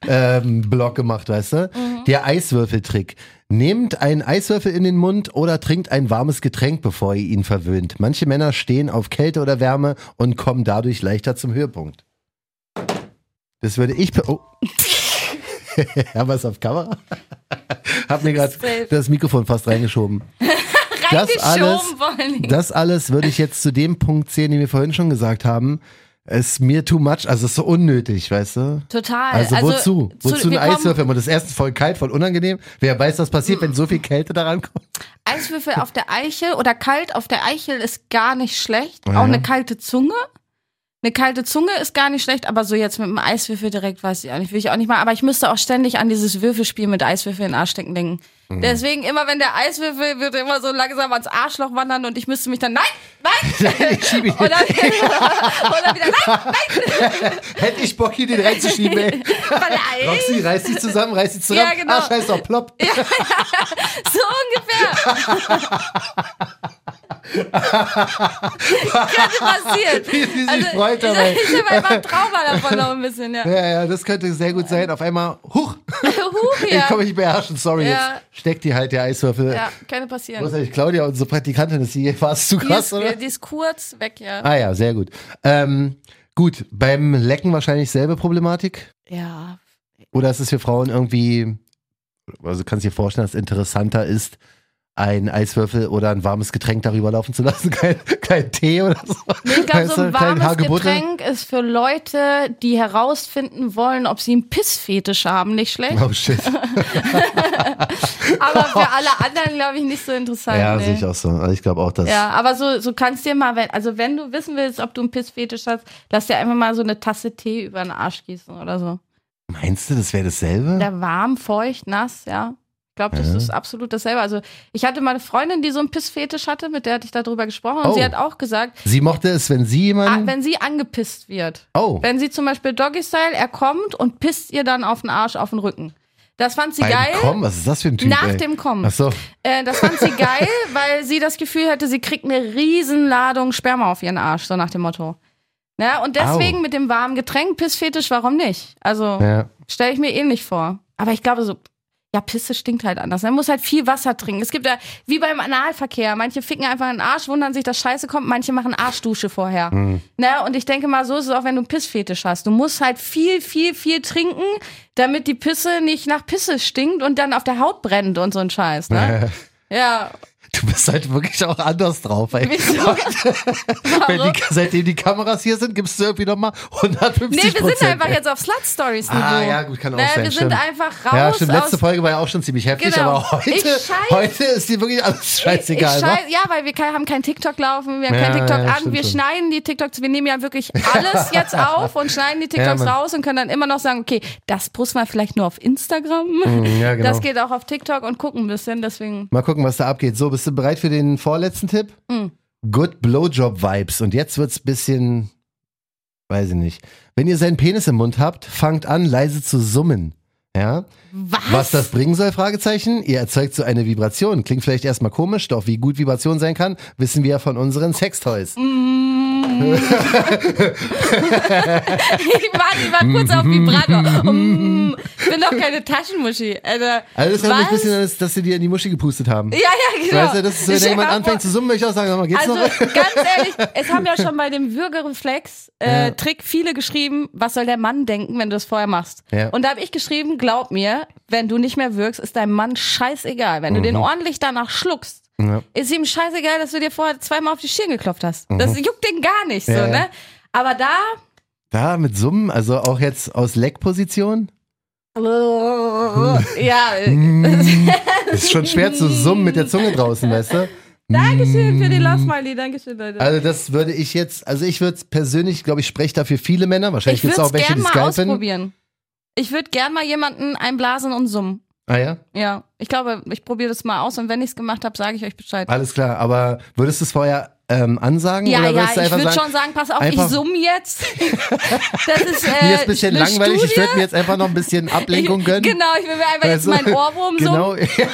Podcast-Blog gemacht, weißt du?
Mhm.
Der Eiswürfeltrick. Nehmt einen Eiswürfel in den Mund oder trinkt ein warmes Getränk, bevor ihr ihn verwöhnt. Manche Männer stehen auf Kälte oder Wärme und kommen dadurch leichter zum Höhepunkt. Das würde ich. be- Oh. (laughs) Haben wir es auf Kamera? (laughs) Hab mir gerade
Safe.
das Mikrofon fast reingeschoben.
Reingeschoben vor allen Dingen.
Das alles würde ich jetzt zu dem Punkt zählen, den wir vorhin schon gesagt haben. ist mir too much, also ist so unnötig, weißt du?
Total.
Also, wozu?
zu-
Wozu
wir
eine
kommen-
Eiswürfel? Und das erste voll kalt, voll unangenehm. Wer weiß, was passiert, wenn so viel Kälte daran kommt? (laughs)
Eiswürfel auf der Eichel oder kalt auf der Eichel ist gar nicht schlecht. Auch eine kalte Zunge. Eine kalte Zunge ist gar nicht schlecht, aber so jetzt mit einem Eiswürfel direkt weiß ich auch nicht, will ich auch nicht mal. Aber ich müsste auch ständig an dieses Würfelspiel mit Eiswürfeln in den Arsch stecken denken.
Mhm.
Deswegen immer, wenn der Eiswürfel wird immer so langsam ans Arschloch wandern und ich müsste mich dann, nein,
(laughs)
nein!
Ich schiebe ihn.
Und dann, (laughs) oder wieder, nein,
Hätte ich Bock, hier den
(laughs)
reinzuschieben, ey.
nein!
Roxy, reiß dich zusammen, reiß dich zusammen.
Ja, genau.
Ah, scheiß doch, plopp. (laughs)
So ungefähr. Könnte passieren.
Wie sie sich
also- (laughs)
freut dabei.
Ich, ich habe einfach ein Trauma davon noch ein bisschen, ja.
Ja, ja, das könnte sehr gut sein. Auf einmal, huch, (laughs)
Huch, ja.
ich komme mich nicht beherrschen, sorry.
Ja.
Jetzt steckt die halt der Eiswürfel.
ja, könnte passieren.
Großartig, Claudia, unsere Praktikantin, ist hier. War es zu
die, ist,
krass, oder?
die ist kurz weg, ja.
Ah ja, sehr gut. Ähm, gut, beim Lecken wahrscheinlich selbe Problematik.
Ja.
Oder ist es für Frauen irgendwie, also kannst du dir vorstellen, dass es interessanter ist, einen Eiswürfel oder ein warmes Getränk darüber laufen zu lassen? (laughs) Kein, kein Tee oder so?
Ich glaube,
Weißt
so
du,
ein
kleinen
warmes
Hagebutte?
Getränk ist für Leute, die herausfinden wollen, ob sie einen Pissfetisch haben, nicht
(laughs)
schlecht.
Oh
(laughs)
shit.
Aber für alle anderen, glaube ich, nicht so interessant.
Ja,
nee.
sehe ich auch so. Also ich glaube auch, dass.
Ja, aber so, so kannst dir mal, wenn, also wenn du wissen willst, ob du einen Pissfetisch hast, lass dir einfach mal so eine Tasse Tee über den Arsch gießen oder so.
Meinst du, das wäre dasselbe?
Da warm, feucht, nass, ja. Ich glaube, das
Ja.
ist absolut dasselbe. Also ich hatte mal eine Freundin, die so einen Pissfetisch hatte, mit der hatte ich darüber gesprochen und
Oh. Ähm.
sie hat auch gesagt,
Sie mochte es, wenn sie
ah,
jemanden.
wenn sie angepisst wird,
oh,
wenn sie zum Beispiel Doggy-Style, er kommt und pisst ihr dann auf den Arsch, auf den Rücken. Das fand sie
beim
geil.
Kommen? Was ist das für ein Typ?
Nach
ey?
dem Kommen.
Ach so.
Äh, das fand
(laughs)
sie geil, weil sie das Gefühl hatte, sie kriegt eine Riesenladung Sperma auf ihren Arsch, so nach dem Motto. Na, und deswegen
Au.
mit dem warmen Getränk, Pissfetisch, warum nicht? Also
Ja.
stelle ich mir ähnlich vor. Aber ich glaube so, ja, Pisse stinkt halt anders. Man muss halt viel Wasser trinken. Es gibt ja, wie beim Analverkehr, manche ficken einfach in den Arsch, wundern sich, dass Scheiße kommt, manche machen Arschdusche vorher.
Hm.
Na, und ich denke mal, so ist es auch, wenn du einen Pissfetisch hast. Du musst halt viel, viel, viel trinken, damit die Pisse nicht nach Pisse stinkt und dann auf der Haut brennt und so ein Scheiß, ne? Ja,
Du bist halt wirklich auch anders drauf, ey. (laughs)
wieso?
Wenn die, seitdem die Kameras hier sind, gibst du irgendwie nochmal 150
Nee, wir sind einfach
ey.
jetzt auf Slut-Stories-Niveau.
Ah, ja, gut, kann auch
Naja,
sein.
Wir
stimmt.
sind einfach raus
Ja, stimmt. Letzte
aus
Folge war ja auch schon ziemlich heftig,
Genau.
aber
Ich
heute,
scheiß-
heute ist dir wirklich alles scheißegal. ne?
Ich
wa?
schei- ja, weil wir kein, haben kein TikTok laufen, wir haben
Ja,
kein TikTok
ja,
an,
stimmt
wir
schon.
schneiden die TikToks, wir nehmen ja wirklich
(laughs)
alles jetzt auf und schneiden die TikToks
Mann.
raus und können dann immer noch sagen, okay, das posten wir vielleicht nur auf Instagram.
ja, genau.
Das geht auch auf TikTok und gucken ein bisschen,
(laughs)
deswegen.
Mal gucken, was da abgeht. So, bist du bereit für den vorletzten Tipp?
Mhm.
Good Blowjob Vibes. Und jetzt wird's bisschen, weiß ich nicht. Wenn ihr seinen Penis im Mund habt, fangt an, leise zu summen. Ja?
Was?
Was das bringen soll, Fragezeichen. Ihr erzeugt so eine Vibration. Klingt vielleicht erstmal komisch, doch wie gut Vibration sein kann, wissen wir von unseren Sextoys.
Mhm. Ich war, ich war kurz auf
(laughs)
Vibrator. Mm, Ich bin doch keine Taschenmuschi. Alter.
Also das ist nämlich ein
Was?
bisschen, dass, dass sie dir in die Muschi gepustet haben.
Ja, ja, genau.
Weißt du, das ist, so,
Ich
wenn
stell
jemand
mal vor-
anfängt zu summen, möchte ich auch sagen, sag mal, geht's
Also
noch?
ganz ehrlich, es haben ja schon bei dem Würgereflex-Trick viele geschrieben, was soll der Mann denken, wenn du es vorher machst.
Ja.
Und da habe ich geschrieben, glaub mir, wenn du nicht mehr wirkst, ist deinem Mann scheißegal. Wenn du
Mhm.
den ordentlich danach schluckst, ist ihm scheißegal, dass du dir vorher zweimal auf die Stirn geklopft hast. Das juckt den gar nicht so,
Mhm. Ja, ja.
ne? Aber da.
Da, mit Summen, also auch jetzt aus Leckposition?
Ja, äh,
Mhm. Mm, Ist schon schwer zu summen mit der Zunge draußen, weißt du?
Dankeschön für die Love Smiley, Dankeschön, Leute.
Also das würde ich jetzt, also ich würde persönlich, glaube ich, spreche dafür viele Männer, wahrscheinlich
ich
gibt es
würde es
auch welche,
gern
die es
mal
geil finden.
ausprobieren. Ich würde gern mal jemanden einblasen und summen.
Ah ja,
Ja, ich glaube, ich probiere das mal aus und wenn ich es gemacht habe, sage ich euch Bescheid.
alles klar, aber würdest du es vorher ähm, ansagen
ja,
oder
ja,
würdest du
ich
einfach
würde
sagen,
schon sagen, pass auf, ich
einfach-
summe
(laughs)
jetzt. Das ist, äh,
mir ist ein bisschen
eine
langweilig, ich
Studie.
würde mir jetzt einfach noch
(laughs)
ein bisschen Ablenkung gönnen.
Genau, ich will mir einfach jetzt
Also,
meinen Ohrwurm summen.
Genau, (laughs) ja.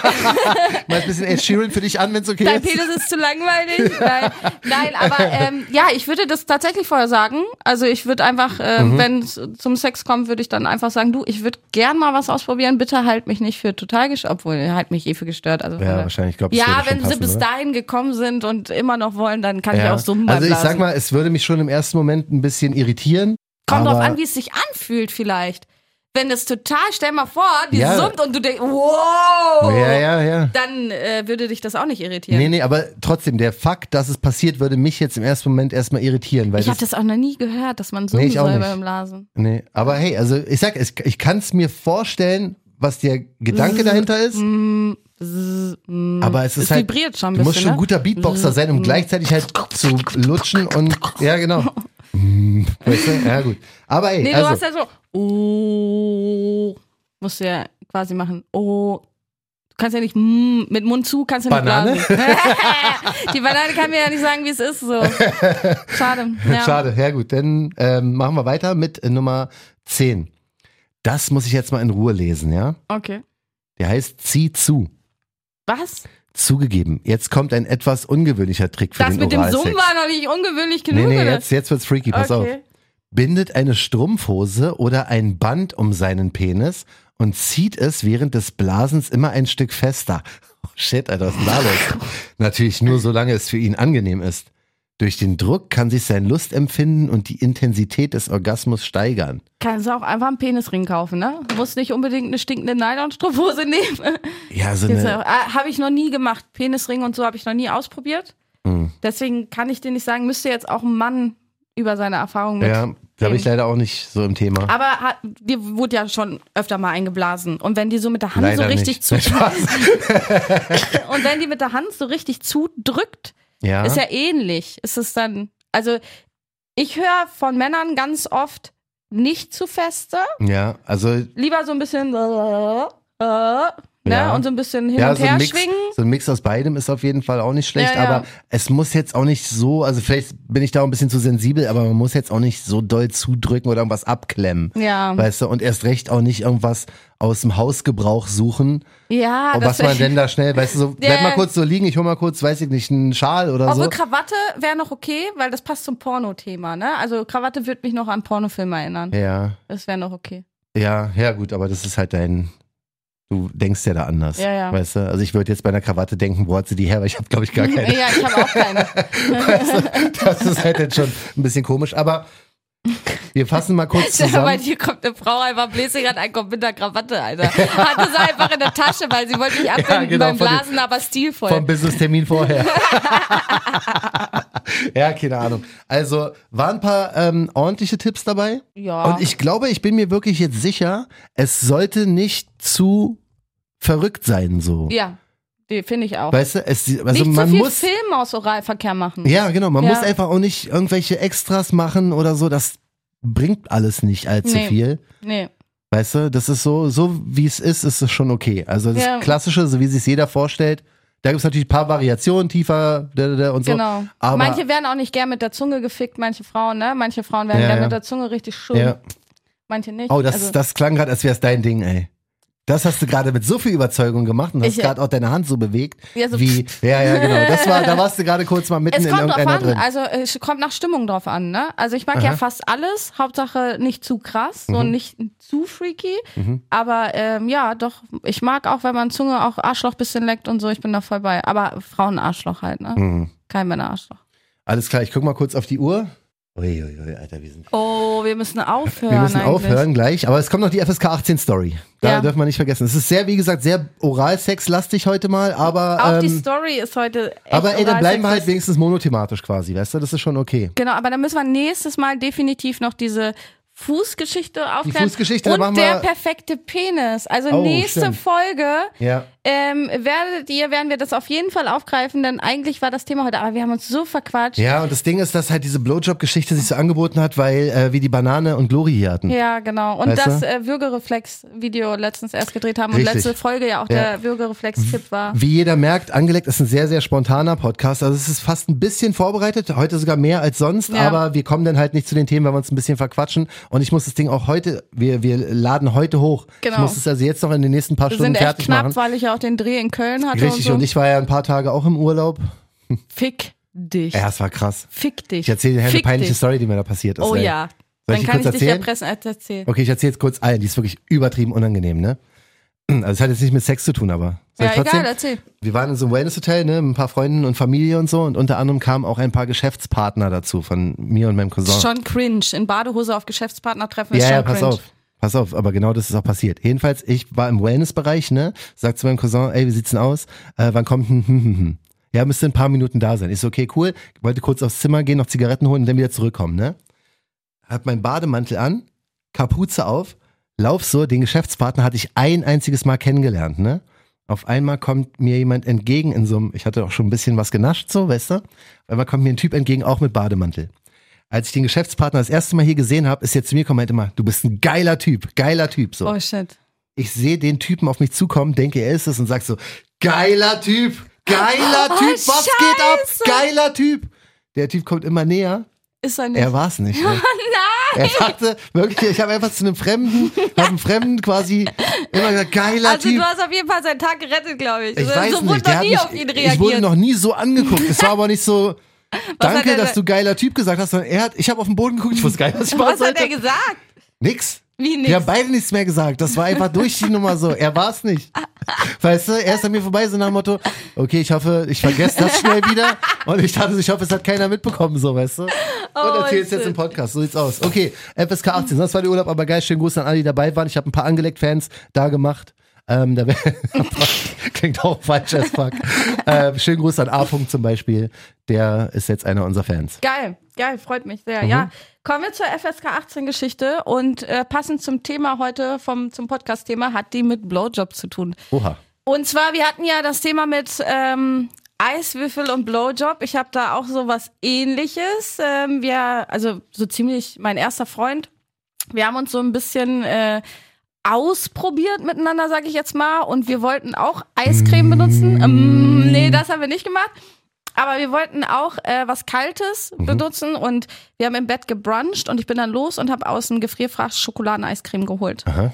mal ein bisschen Ed Sheeran für dich an, wenn es okay
Dein
ist.
Penis
(laughs)
ist zu langweilig. Nein, nein aber ähm, ja, ich würde das tatsächlich vorher sagen. Also ich würde einfach, äh,
Mhm.
wenn es zum Sex kommt, würde ich dann einfach sagen, du, ich würde gern mal was ausprobieren. Bitte halt mich nicht für total gestört, obwohl halt mich eh für gestört. Also von
Ja,
daher-
wahrscheinlich, glaube ich,
Ja,
würde schon
wenn sie
passen,
bis
oder?
dahin gekommen sind und immer noch wollen, dann kann ich auch summen beim
also ich sag
Blasen.
mal, es würde mich schon im ersten Moment ein bisschen irritieren.
Kommt
aber
drauf an, wie es sich anfühlt vielleicht. Wenn das total, stell mal vor, die
Ja.
summt und du denkst, wow,
Ja, ja, ja.
dann äh, würde dich das auch nicht irritieren.
Nee, nee, aber trotzdem, der Fakt, dass es passiert, würde mich jetzt im ersten Moment erstmal irritieren. Weil
Ich habe das auch noch nie gehört, dass man summen
Nee, ich auch
soll
nicht.
beim Blasen.
Nee, aber hey, also ich sag, ich, ich kann es mir vorstellen, was der Gedanke dahinter ist, aber es ist
Es
halt,
vibriert schon ein
du musst
bisschen,
schon ein
ne?
guter Beatboxer sein, um gleichzeitig
(laughs)
halt zu lutschen und, ja genau. Mm, Weißt du? Ja gut. Aber hey,
Nee, du hast
also,
ja so, oh, musst du ja quasi machen, oh. Du kannst ja nicht mm, mit Mund zu, kannst du nicht
Banane?
blasen. (laughs) Die Banane kann mir ja nicht sagen, wie es ist.
(laughs)
So. Schade. Ja.
schade, ja gut, dann ähm, machen wir weiter mit äh, Nummer 10. Das muss ich jetzt mal in Ruhe lesen, ja?
Okay.
Der heißt Zieh zu.
Was?
Zugegeben, jetzt kommt ein etwas ungewöhnlicher Trick für
das
den
mit dem
Oralsex.
Summen war noch nicht ungewöhnlich
Nee,
genug.
nee,
oder?
jetzt, jetzt wird's freaky, pass auf.
okay.
bindet eine Strumpfhose oder ein Band um seinen Penis und zieht es während des Blasens immer ein Stück fester. Oh shit, Alter, was ist denn da
(laughs)
los? Natürlich nur, solange es für ihn angenehm ist. Durch den Druck kann sich sein Lustempfinden und die Intensität des Orgasmus steigern.
Kannst du auch einfach einen Penisring kaufen, ne? Musst nicht unbedingt eine stinkende Nylonstrumpfhose nehmen.
Ja, so
Jetzt, äh,
eine,
habe ich noch nie gemacht. Penisring und so habe ich noch nie ausprobiert.
Hm.
Deswegen kann ich dir nicht sagen, müsste jetzt auch ein Mann über seine Erfahrungen mit.
ja, da bin ich leider auch nicht so im Thema.
Aber hat, dir wurde ja schon öfter mal eingeblasen. Und wenn die so mit der Hand
leider
so richtig
nicht. (laughs) Spaß.
zu (laughs) und wenn die mit der Hand so richtig zudrückt,
Ja.
ist ja ähnlich. Ist es dann. Also, ich höre von Männern ganz oft nicht zu feste.
ja, also
Lieber so ein bisschen. Äh, äh, Ne?
Ja.
Und so ein bisschen hin
ja,
und
so
her
ein, Mix,
schwingen.
so ein Mix aus beidem ist auf jeden Fall auch nicht schlecht,
Ja, ja.
aber es muss jetzt auch nicht so, also vielleicht bin ich da auch ein bisschen zu sensibel, aber man muss jetzt auch nicht so doll zudrücken oder irgendwas abklemmen.
Ja.
Weißt du, und erst recht auch nicht irgendwas aus dem Hausgebrauch suchen,
Ja,
was man denn da schnell, weißt du, so, bleib
Ah, Ja.
mal kurz so liegen, ich hol mal kurz, weiß ich nicht, einen Schal oder
(laughs) Obwohl
so.
Krawatte wäre noch okay, weil das passt zum Porno-Thema, ne? Also Krawatte würde mich noch an Pornofilme erinnern.
Ja,
Das wäre noch okay.
ja, ja, gut, aber das ist halt dein, du denkst ja da anders,
Ja, ja.
weißt du, also ich würde jetzt bei einer Krawatte denken, wo hat sie die her, weil ich habe, glaube
(laughs)
ich, gar keine.
Ja, ich habe auch
(laughs)
keine.
Das ist halt jetzt schon ein bisschen komisch, aber wir fassen
(laughs)
mal kurz
Stell dir mal,
zusammen.
hier kommt eine Frau einfach bläsig an, ein kommt mit einer Krawatte, Alter. Hatte sie einfach in der Tasche, weil sie
(laughs)
wollte mich abwenden
genau,
beim
von dem-
Blasen, aber stilvoll.
Vom Business-Termin vorher. (laughs) ja, keine Ahnung. Also waren ein paar ähm, ordentliche Tipps dabei.
ja.
Und ich glaube, ich bin mir wirklich jetzt sicher, es sollte nicht zu verrückt sein so.
ja, die finde ich auch.
Weißt du, es, also
Nicht
man
zu viel
muss.
Film aus Oralverkehr machen.
Ja, genau. Man
Ja.
muss einfach auch nicht irgendwelche Extras machen oder so. Das bringt alles nicht allzu
Nee.
viel.
Nee.
Weißt du, das ist so, so wie es ist, ist es schon okay. Also das
Ja.
Klassische, so wie sich jeder vorstellt. Da gibt es natürlich ein paar Variationen, tiefer da, da, da und so.
Genau.
Aber
manche werden auch nicht gern mit der Zunge gefickt, manche Frauen, ne? Manche Frauen werden
Ja,
gern
ja.
mit der Zunge richtig schön,
ja.
manche nicht.
Oh, das,
also,
das klang gerade, als wäre es dein Ding, ey. Das hast du gerade mit so viel Überzeugung gemacht und hast
Ich-
gerade auch deine Hand so bewegt.
Ja, so
wie, ja, ja, genau. Das war, da warst du gerade kurz mal mitten
es
in
kommt drauf
irgendeiner
an,
drin.
also es kommt nach Stimmung drauf an, ne? Also ich mag ja
Aha. Mhm.
fast alles, Hauptsache nicht zu krass und nicht zu freaky, aber ähm, ja, doch, ich mag auch, wenn man Zunge auch Arschloch bisschen leckt und so, ich bin da voll bei, aber Frauen Arschloch halt, ne?
Mhm.
Kein Männer Arschloch.
Alles klar, ich guck mal kurz auf die Uhr. Uiuiui, Alter, wir sind.
Oh, wir müssen aufhören
Wir müssen
eigentlich.
aufhören gleich, aber es kommt noch die FSK 18 Story. Da
Ja.
dürfen wir nicht vergessen. Es ist sehr, wie gesagt, sehr oralsexlastig heute mal, aber.
Auch
ähm,
die Story ist heute echt
Aber ey, dann bleiben wir halt
oralsexistisch.
wenigstens monothematisch quasi, weißt du? Das ist schon okay.
Genau, aber dann müssen wir nächstes Mal definitiv noch diese Fußgeschichte aufklären.
Fußgeschichte,
und
da machen
der
wir-
perfekte Penis. Also
Oh,
nächste
stimmt.
Folge
Ja.
ähm, werdet ihr, werden wir das auf jeden Fall aufgreifen, denn eigentlich war das Thema heute, aber wir haben uns so verquatscht.
Ja, und das Ding ist, dass halt diese Blowjob-Geschichte sich so angeboten hat, weil äh, wir die Banane und Glory hier hatten.
Ja, genau. Und
Weißt
das
du?
äh, Würgereflex-Video letztens erst gedreht haben und
Richtig.
letzte Folge ja auch
Ja.
der Würgereflex-Tipp war.
Wie jeder merkt, angelegt ist ein sehr, sehr spontaner Podcast. Also es ist fast ein bisschen vorbereitet, heute sogar mehr als sonst,
Ja.
aber wir kommen dann halt nicht zu den Themen, weil wir uns ein bisschen verquatschen. Und ich muss das Ding auch heute, wir, wir laden heute hoch.
Genau.
Ich muss es also jetzt noch in den nächsten paar
Wir
Stunden
sind echt
fertig
knapp,
machen.
weil ich ja auch den Dreh in Köln hatte
Richtig,
und so.
und ich war ja ein paar Tage auch im Urlaub.
Fick dich.
Ja, es war krass.
Fick dich.
Äh, Ich erzähle dir eine
Fick
peinliche
dich.
Story, die mir da passiert ist.
Oh
ey.
ja.
Soll ich
Dann
die
kann ich
kurz
dich
erzählen?
erpressen als erzählen.
Okay, ich erzähle jetzt kurz allen. Die ist wirklich übertrieben unangenehm, ne? Also es hat jetzt nicht mit Sex zu tun, aber. Soll
Ja,
ich trotzdem?
egal, erzähl.
Wir waren in so einem Wellness-Hotel, ne, mit ein paar Freunden und Familie und so und unter anderem kamen auch ein paar Geschäftspartner dazu von mir und meinem Cousin.
Schon cringe. In Badehose auf Geschäftspartner treffen ist
ja,
schon
ja, pass
cringe.
auf. Pass auf, aber genau das ist auch passiert. Jedenfalls, ich war im Wellness-Bereich, ne? Sag zu meinem Cousin, ey, wie sieht's denn aus? Äh, wann kommt ein hm, hm, hm? Ja, müsste in ein paar Minuten da sein. Ich so, okay, cool. Wollte kurz aufs Zimmer gehen, noch Zigaretten holen und dann wieder zurückkommen, ne? Hab meinen Bademantel an, Kapuze auf, lauf so. Den Geschäftspartner hatte ich ein einziges Mal kennengelernt, ne? Auf einmal kommt mir jemand entgegen in so einem, ich hatte auch schon ein bisschen was genascht, so, weißt du? Auf einmal kommt mir ein Typ entgegen, auch mit Bademantel als ich den Geschäftspartner das erste Mal hier gesehen habe, ist er zu mir gekommen und meinte immer, du bist ein geiler Typ, geiler Typ. So.
Oh shit.
Ich sehe den Typen auf mich zukommen, denke, er ist es und sag so, geiler Typ, geiler
(laughs) Oh,
Typ, was geht ab?
Scheiße.
Geiler Typ. Der Typ kommt immer näher.
Ist er nicht.
Er war es nicht. Ne?
(laughs)
Er sagte, wirklich, ich habe einfach zu
(laughs)
einem Fremden, habe einem Fremden quasi immer gesagt, geiler
also
Typ.
du hast auf jeden Fall seinen Tag gerettet, glaube ich.
ich
so
weiß
so
nicht,
wurde
der
noch
hat
nie
mich,
auf ihn
ich wurde
reagiert.
noch nie so angeguckt. Es war aber
(laughs)
nicht so,
hat
danke,
er
dass
da-
du geiler Typ gesagt hast, sondern er hat, ich habe auf den Boden geguckt, ich wusste gar nicht, was ich machen
Was hat er
sollte.
gesagt?
Nix.
Wie nix?
Wir haben beide nichts mehr gesagt. Das war einfach durch die Nummer so. Er war es nicht. Weißt du, er ist an mir vorbei, so nach dem Motto, okay, ich hoffe, ich vergesse das schnell wieder. Und ich dachte, ich hoffe, es hat keiner mitbekommen, so, weißt du. Und
Oh,
erzähl es jetzt im Podcast, so sieht's aus. Okay, FSK 18, das war der Urlaub, aber geil, schönen Gruß an alle, die dabei waren. Ich habe ein paar Angeleckt-Fans da gemacht. Ähm, da wär- (laughs) Klingt auch falsch as fuck. Ähm, schönen Gruß an A. -Punkt zum Beispiel. Der ist jetzt einer unserer Fans.
Geil, geil, freut mich sehr. Ja, kommen wir zur FSK 18 Geschichte und äh, passend zum Thema heute vom zum Podcast Thema hat die mit Blowjob zu tun.
Oha.
Und zwar wir hatten ja das Thema mit ähm, Eiswürfel und Blowjob. Ich habe da auch so was Ähnliches. Ähm, wir, also so ziemlich mein erster Freund. Wir haben uns so ein bisschen äh, ausprobiert miteinander, sage ich jetzt mal. Und wir wollten auch Eiscreme benutzen. Ähm, nee, das haben wir nicht gemacht. Aber wir wollten auch äh, was Kaltes benutzen und wir haben im Bett gebruncht und ich bin dann los und habe aus dem Gefrierfach Schokoladeneiscreme geholt.
Aha.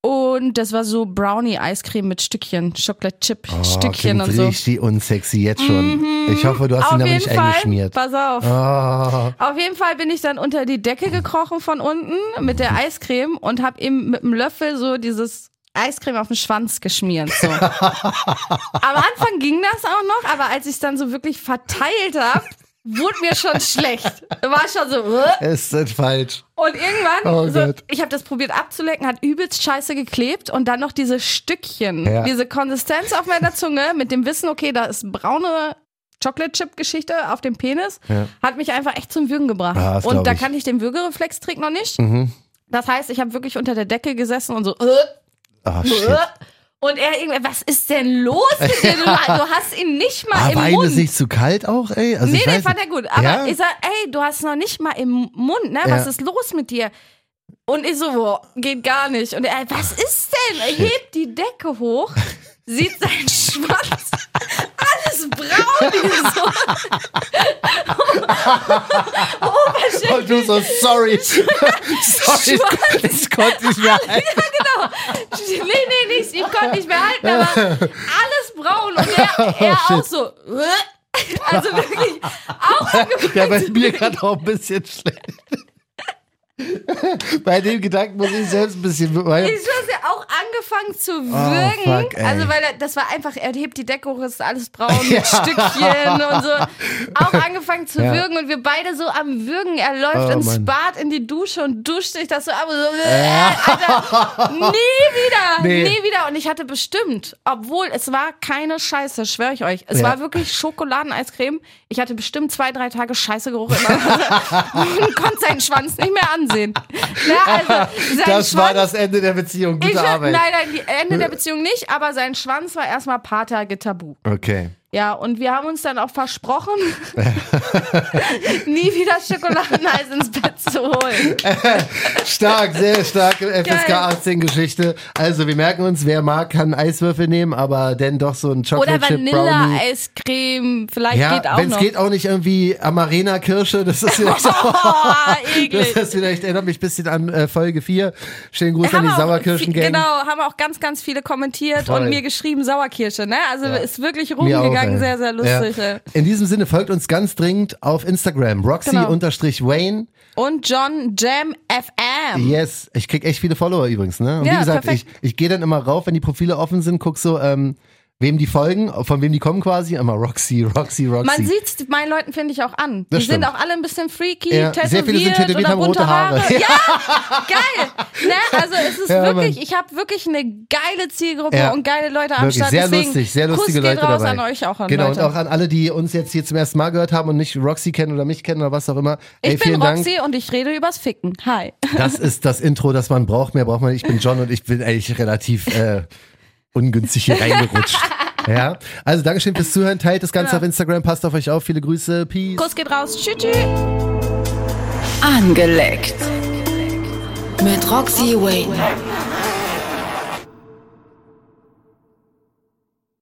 Und das war so Brownie-Eiscreme mit Stückchen, Chocolate-Chip-Stückchen
klingt
und so.
Oh,
Mhm.
richtig unsexy jetzt schon. Ich hoffe, du hast ihn
Auf
damit
jeden
nicht
Fall,
eingeschmiert.
pass auf.
Ah,
Auf jeden Fall bin ich dann unter die Decke gekrochen von unten mit der Eiscreme und habe ihm mit dem Löffel so dieses Eiscreme auf den Schwanz geschmiert.
(laughs)
So. Am Anfang ging das auch noch, aber als ich es dann so wirklich verteilt habe, wurde mir schon schlecht. War schon so. "Uah."
es ist falsch.
Und irgendwann,
Oh
so,
Gott.
ich habe das probiert abzulecken, hat übelst scheiße geklebt und dann noch diese Stückchen,
Ja.
diese Konsistenz auf meiner Zunge mit dem Wissen, okay, da ist braune Chocolate-Chip-Geschichte auf dem Penis,
Ja.
hat mich einfach echt zum Würgen gebracht.
Ah, das glaub
und da
ich.
kann ich den Würgereflex-Trick noch nicht.
Mhm.
Das heißt, ich habe wirklich unter der Decke gesessen und so, äh,
Ah,
äh.
shit.
und er irgendwie, was ist denn los mit dir? Du, du hast ihn nicht mal
Ah,
im
Wein
Mund.
ist nicht zu kalt auch, ey? Also
Nee,
ich
den
weiß
fand
nicht.
er gut. Aber
Ja?
ich sag, ey, du hast noch nicht mal im Mund, ne?
Ja.
Was ist los mit dir? Und ich so, boah, geht gar nicht. Und er, was ist denn? Er hebt die Decke hoch, sieht
(laughs)
seinen Schwanz, alles braun. So. Oberschenkel,
Und Oh, du
(laughs)
so, sorry. (laughs) sorry,
Schwanz.
ich konnte nicht mehr halten.
nee, nee, nicht, ich konnte nicht mehr halten, aber alles braun. Und
(laughs)
er,
Oh,
er auch so, (laughs) äh? also wirklich, auch
Ja, bei mir gerade auch ein bisschen schlecht. (laughs) bei dem Gedanken muss ich selbst ein bisschen...
Ich schwör's dir, auch angefangen zu
Oh,
würgen.
fuck, ey.
also, weil er, das war einfach, er hebt die Decke hoch, es ist alles braun
(laughs)
mit Stückchen und so. Auch angefangen zu
(laughs) Ja.
würgen und wir beide so am Würgen. Er läuft
Oh,
ins
Mann.
Bad in die Dusche und duscht sich das so ab. Und so, Alter,
(laughs)
nie wieder,
Nee.
nie wieder. Und ich hatte bestimmt, obwohl es war keine Scheiße, schwöre ich euch. Es
Ja.
war wirklich Schokoladeneiscreme. Ich hatte bestimmt zwei, drei Tage Scheißegeruch in meiner
(laughs)
Nase und konnte seinen Schwanz nicht mehr ansehen. Na, also, sein
das war
Schwanz-
das Ende der Beziehung. Gute
ich hab-
Arbeit. Äh.
Nein, nein, die Ende der Beziehung nicht, aber sein Schwanz war erstmal paar Tage tabu.
Okay.
Ja, und wir haben uns dann auch versprochen, (laughs) nie wieder Schokoladeneis ins Bett zu holen.
Stark, sehr starke FSK 18 Geschichte. Also wir merken uns, wer mag, kann Eiswürfel nehmen, aber denn doch so ein Chocolate
Oder
Chip Brownie.
Vanilleeiscreme, vielleicht geht
Ja,
auch
wenn es
noch.
geht auch nicht irgendwie Amarena Kirsche, das ist
(laughs)
vielleicht,
oh,
das
eklig.
ist vielleicht erinnert mich ein bisschen an äh, Folge 4. Schönen Gruß an
Haben
die
auch
Sauerkirschen
viel-
Gang.
Genau, haben auch ganz, ganz viele kommentiert
Voll.
und mir geschrieben Sauerkirsche, ne? Also ist wirklich
Mir auch,
rumgegangen,
ey.
sehr, sehr lustig.
Ja.
ey.
In diesem Sinne folgt uns ganz dringend auf Instagram
Genau.
Roxy-Wayne.
Und John Jam FM.
Yes, ich krieg echt viele Follower übrigens, ne? Und
Ja,
wie gesagt, ich,
perfekt.
ich gehe dann immer rauf, wenn die Profile offen sind, guck so, ähm, wem die folgen, von wem die kommen quasi, immer Roxy, Roxy, Roxy.
Man sieht's meinen Leuten, finde ich, auch an.
Das
die sind
stimmt.
auch alle ein bisschen freaky,
Ja,
tätowiert,
sehr viele sind tätowiert,
oder
haben rote
bunte Haare.
Haare.
Ja,
(laughs)
geil. Ne? Also es ist
Ja,
wirklich,
Mann.
ich habe wirklich eine geile Zielgruppe
Ja.
und geile Leute am
Wirklich,
Start.
sehr
Deswegen,
lustig, sehr lustige
Kuss
Leute
geht raus
dabei.
an euch auch an
genau,
Leute.
und auch an alle, die uns jetzt hier zum ersten Mal gehört haben und nicht Roxy kennen oder mich kennen oder was auch immer.
ich
Ey,
bin
vielen
Roxy (laughs) und ich rede übers Ficken. Hi.
Dank. Das ist das Intro, das man braucht. Mehr braucht man. nicht. Ich bin John und ich bin eigentlich relativ äh, ungünstig
(laughs)
hier reingerutscht. Ja, also Dankeschön fürs Zuhören. Teilt das Ganze auf Instagram. Passt auf euch auf. Viele Grüße. Peace.
Kuss geht raus. Tschüss, tschüss.
Angeleckt. Mit Roxy Wayne.